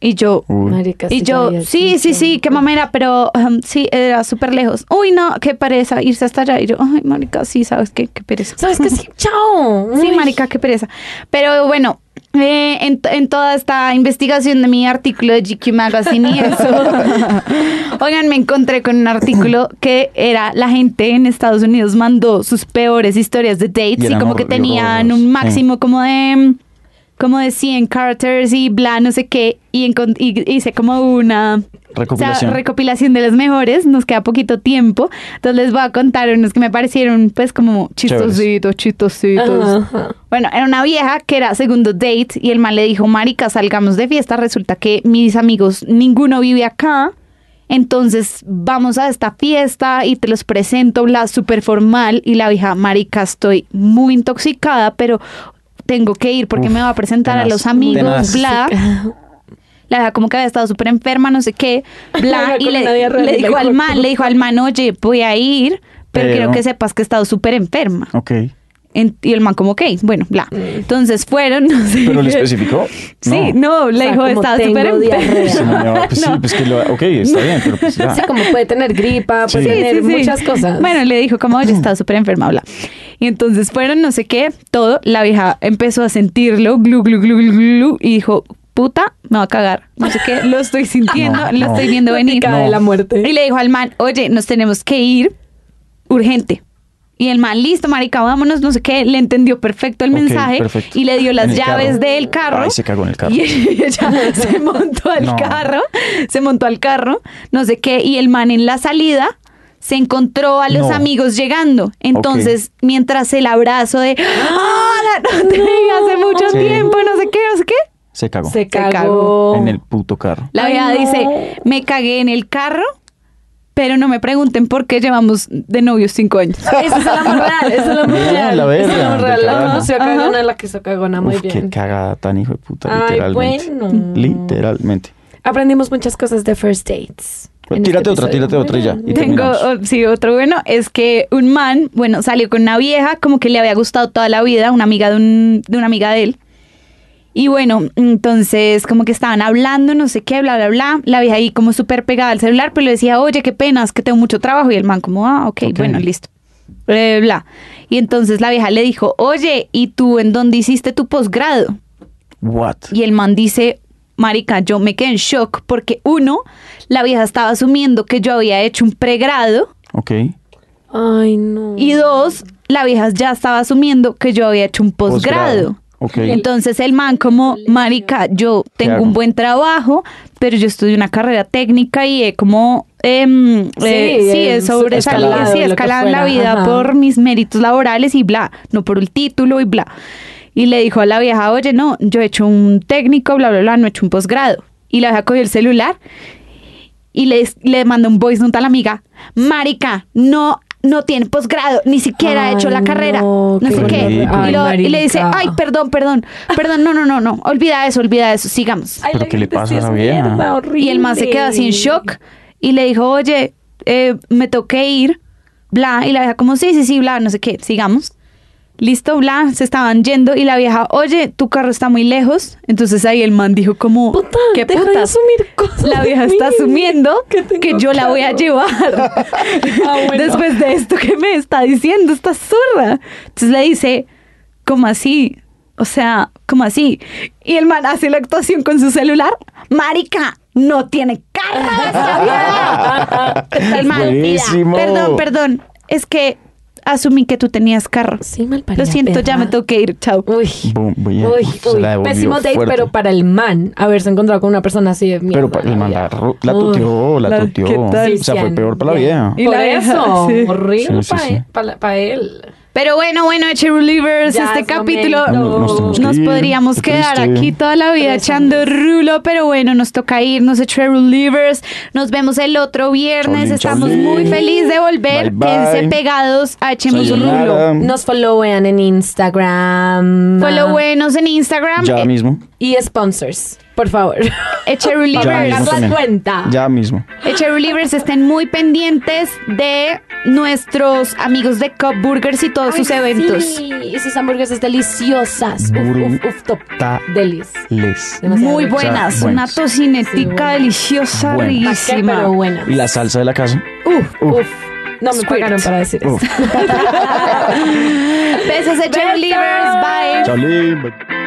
S2: Y yo,
S4: Uy.
S3: Marica,
S2: y
S3: sí,
S2: yo,
S3: ya había
S2: sí, sí,
S3: dicho.
S2: sí, qué mamera, pero ujú, sí, era súper lejos. Uy, no, qué pereza irse hasta allá. Y yo, ay, marica, sí, sabes qué, qué pereza.
S3: ¿Sabes qué? Sí, chao.
S2: Sí,
S3: Uy.
S2: marica, qué pereza. Pero bueno, eh, en, en toda esta investigación de mi artículo de GQ Magazine y eso, oigan, me encontré con un artículo que era la gente en Estados Unidos mandó sus peores historias de dates
S4: Y
S2: y,
S4: eran
S2: como que
S4: horrorosas,
S2: tenían un máximo como de como de 100 characters y bla, no sé qué, y, encon- y- hice como una
S4: Recopilación.
S2: o sea, recopilación de las mejores, nos queda poquito tiempo, entonces les voy a contar unos que me parecieron pues como
S4: Chéveres.
S2: chistositos, chistositos.
S3: Ajá, ajá.
S2: Bueno, era una vieja que era segundo date y el man le dijo, marica, salgamos de fiesta. Resulta que mis amigos, ninguno vive acá. Entonces vamos a esta fiesta y te los presento, bla, súper formal. Y la vieja, marica, estoy muy intoxicada, pero tengo que ir porque
S4: Uf,
S2: me va a presentar a
S4: tenaz,
S2: los amigos,
S4: tenaz.
S2: bla. La vieja como que había estado súper enferma, no sé qué, bla.
S3: Ahora
S2: y
S3: con una
S2: le,
S3: diarrea
S2: le
S3: en el
S2: dijo al
S3: cuerpo.
S2: man, le dijo al man, oye, voy a ir, pero,
S4: Pero-
S2: quiero que sepas que he estado súper enferma.
S4: Ok.
S2: En- y el man como, ok, bueno, bla.
S3: Mm.
S2: Entonces fueron, no sé.
S4: Pero lo especificó.
S2: Sí, no, le
S3: sea,
S2: dijo,
S3: como
S2: estaba
S3: tengo
S2: súper
S4: Pues,
S3: diarrea.
S2: enfermo.
S4: señor, pues sí, pues que lo. Ok, está bien, pero pues ya.
S3: Sí, como puede tener gripa, puede
S4: Sí.
S3: tener muchas cosas.
S2: Bueno, le dijo como, oye, estaba súper enferma, bla. Y entonces fueron, no sé qué, todo. La vieja empezó a sentirlo, glu, glu, glu, glu, glu, y dijo, puta, me va a cagar. No sé qué, lo estoy sintiendo,
S4: No,
S2: lo
S4: no.
S2: estoy viendo venir.
S3: Platicada de la muerte.
S2: Y le dijo al man, oye, nos tenemos que ir urgente. Y el man, listo, marica, vámonos, no sé qué. Le entendió perfecto el
S4: Ok,
S2: mensaje
S4: perfecto.
S2: y le dio las
S4: En el
S2: llaves
S4: carro.
S2: del carro.
S4: Ay, se cagó en el carro.
S2: Y ella se montó al
S4: No.
S2: carro, se montó al carro, no sé qué. Y el man en la salida se encontró a los
S4: No.
S2: amigos llegando. Entonces, mientras el abrazo de, ¡Hola! No te vi hace mucho
S4: Sí.
S2: tiempo, no sé qué, no sé qué.
S4: Se cagó.
S3: se
S2: cagó.
S3: cagó.
S4: En el puto carro.
S2: La
S3: Ay,
S2: vieja
S3: no.
S2: dice, me cagué en el carro, pero no me pregunten por qué llevamos de novios cinco años.
S3: Ese es el amor real, ese es el amor
S4: Bien,
S3: real.
S4: la
S3: ese es el
S4: verga,
S3: amor
S4: de
S3: real. La
S4: carajo.
S3: no se
S2: Ajá.
S3: cagona, la que se cagona, muy
S4: Uf, qué
S3: bien.
S4: cagada tan hijo de puta,
S3: Ay,
S4: literalmente.
S3: bueno.
S4: Literalmente.
S3: Aprendimos muchas cosas de first dates. en este
S4: Tírate otra,
S3: episodio.
S4: tírate otra y ya. Y
S2: Tengo,
S4: terminamos.
S2: o- sí, otro bueno, es que un man, bueno, salió con una vieja como que le había gustado toda la vida, una amiga de, un- de una amiga de él. Y bueno, entonces como que estaban hablando, no sé qué, bla, bla, bla. La vieja ahí como súper pegada al celular, pero le decía, oye, qué pena, es que tengo mucho trabajo. Y el man como, ah, ok,
S4: Ok.
S2: bueno, listo. Bla, bla, bla. Y entonces la vieja le dijo, oye, ¿y tú en dónde hiciste tu posgrado?
S4: What?
S2: Y el man dice, marica, yo me quedé en shock porque uno, la vieja estaba asumiendo que yo había hecho un pregrado
S4: Ok.
S3: Ay, no.
S2: y dos, la vieja ya estaba asumiendo que yo había hecho un posgrado.
S4: Ok.
S2: Entonces el man como, marica, yo tengo
S4: hago?
S2: un buen trabajo, pero yo estudié una carrera técnica y he como... em,
S3: Sí,
S2: eh, sí,
S3: em,
S2: he sobresalido,
S3: escalado,
S2: sí,
S3: lo que
S2: escalado en la
S3: fuera,
S2: vida
S3: ajá.
S2: por mis méritos laborales y bla, no por el título y bla. Y le dijo a la vieja, oye, no, yo he hecho un técnico, bla, bla, bla, no he hecho un posgrado. Y la vieja cogió el celular y le, le mandó un voice note a la amiga, marica, no... No tiene posgrado, ni siquiera ha hecho la
S3: Ay,
S2: carrera. No,
S3: no,
S2: sé
S4: qué
S2: qué.
S4: horrible.
S2: y, lo- y le dice,
S3: Ay, marica.
S2: ay, perdón, perdón, perdón, no, no, no, no, olvida eso, olvida eso, sigamos.
S3: Ay,
S4: ¿Pero
S3: la
S4: qué le
S3: gente
S4: pasa
S3: sí
S4: a la
S3: es
S4: vieja?
S3: mierda, horrible.
S2: Y el man se quedó así en shock y le dijo, oye, eh, me toqué ir, bla, y la vieja como, sí, sí, sí, bla, no sé qué, sigamos. Listo, bla, se estaban yendo y la vieja, oye, tu carro está muy lejos. Entonces ahí el man dijo como,
S3: Puta,
S2: qué
S3: deja de
S2: puta.
S3: asumir cosas
S2: La vieja
S3: de
S2: está
S3: mí,
S2: asumiendo que,
S3: tengo
S2: yo la voy a
S3: carro.
S2: llevar.
S3: Ah, bueno.
S2: Después de esto que me está diciendo esta zurra. Entonces le dice, ¿cómo así? O sea, ¿cómo así? Y el man hace la actuación con su celular. Marica, no tiene carro esa vieja". El man,
S4: Buenísimo.
S2: perdón, perdón. Es que asumí que tú tenías carro.
S3: Sí, mal
S2: Lo siento, ya me tengo que ir. Chao.
S3: Uy.
S4: Boom,
S3: Uy,
S4: bien. Uf, se
S3: uy.
S4: la devolvió
S3: Pésimo date,
S4: fuerte.
S3: pero para el man haberse encontrado con una persona así de mierda.
S4: Pero pa- el man la, ro- la
S3: Uy,
S4: tuteó, la,
S2: la- ¿qué
S4: tuteó.
S2: tal?
S4: O sea, fue peor para la vieja.
S2: Y
S3: Por
S2: la vieja,
S3: eso,
S2: sí.
S3: horrible
S4: Sí, sí,
S3: para
S4: sí.
S3: él. pa la- pa él.
S2: Pero bueno, bueno, Cheru Livers,
S3: Ya
S2: este
S3: es
S2: capítulo
S3: momento.
S4: Nos tenemos que
S2: nos
S4: ir.
S2: podríamos
S4: Qué
S2: quedar
S4: triste.
S2: aquí toda la vida
S3: Tres
S2: echando rulo, pero bueno, nos toca irnos de Cheru Livers. Nos vemos el otro viernes.
S4: Chaulín,
S2: Estamos
S4: chaulín.
S2: muy felices de volver.
S4: Bye, bye.
S2: Quédense pegados a Echemos
S4: Sayonara.
S2: Rulo.
S3: Nos followean en Instagram.
S2: Follow buenos en Instagram.
S4: Ya
S2: eh,
S4: mismo.
S3: Y sponsors, por favor.
S2: eh, Cheru
S4: Ya
S2: Livers.
S4: mismo
S3: la
S4: también.
S3: cuenta.
S2: Ah.
S4: Ya mismo.
S2: Echeru Livers, estén muy pendientes de nuestros amigos de Cup Burgers y todos sus
S3: Ay,
S2: eventos.
S3: sí, Y sus hamburguesas deliciosas.
S4: Bru-
S3: Uf, uf, uf, top.
S4: ta-
S3: Delis.
S4: Les.
S3: Demasiado
S2: Muy
S3: rico.
S4: buen-
S2: buenas,
S4: buenas.
S2: una
S3: Sí,
S2: tocinetica
S3: buenas.
S2: deliciosa,
S4: Buenas.
S3: ¿Pa' qué?
S2: riquísima.
S3: pero buena.
S4: Y la salsa de la casa.
S3: Uf,
S4: Uf.
S3: uf. No me
S2: Squirt.
S3: pagaron para decir eso.
S4: Uf.
S2: Besos de Cherry Livers. Bye.
S4: Chao, Lee.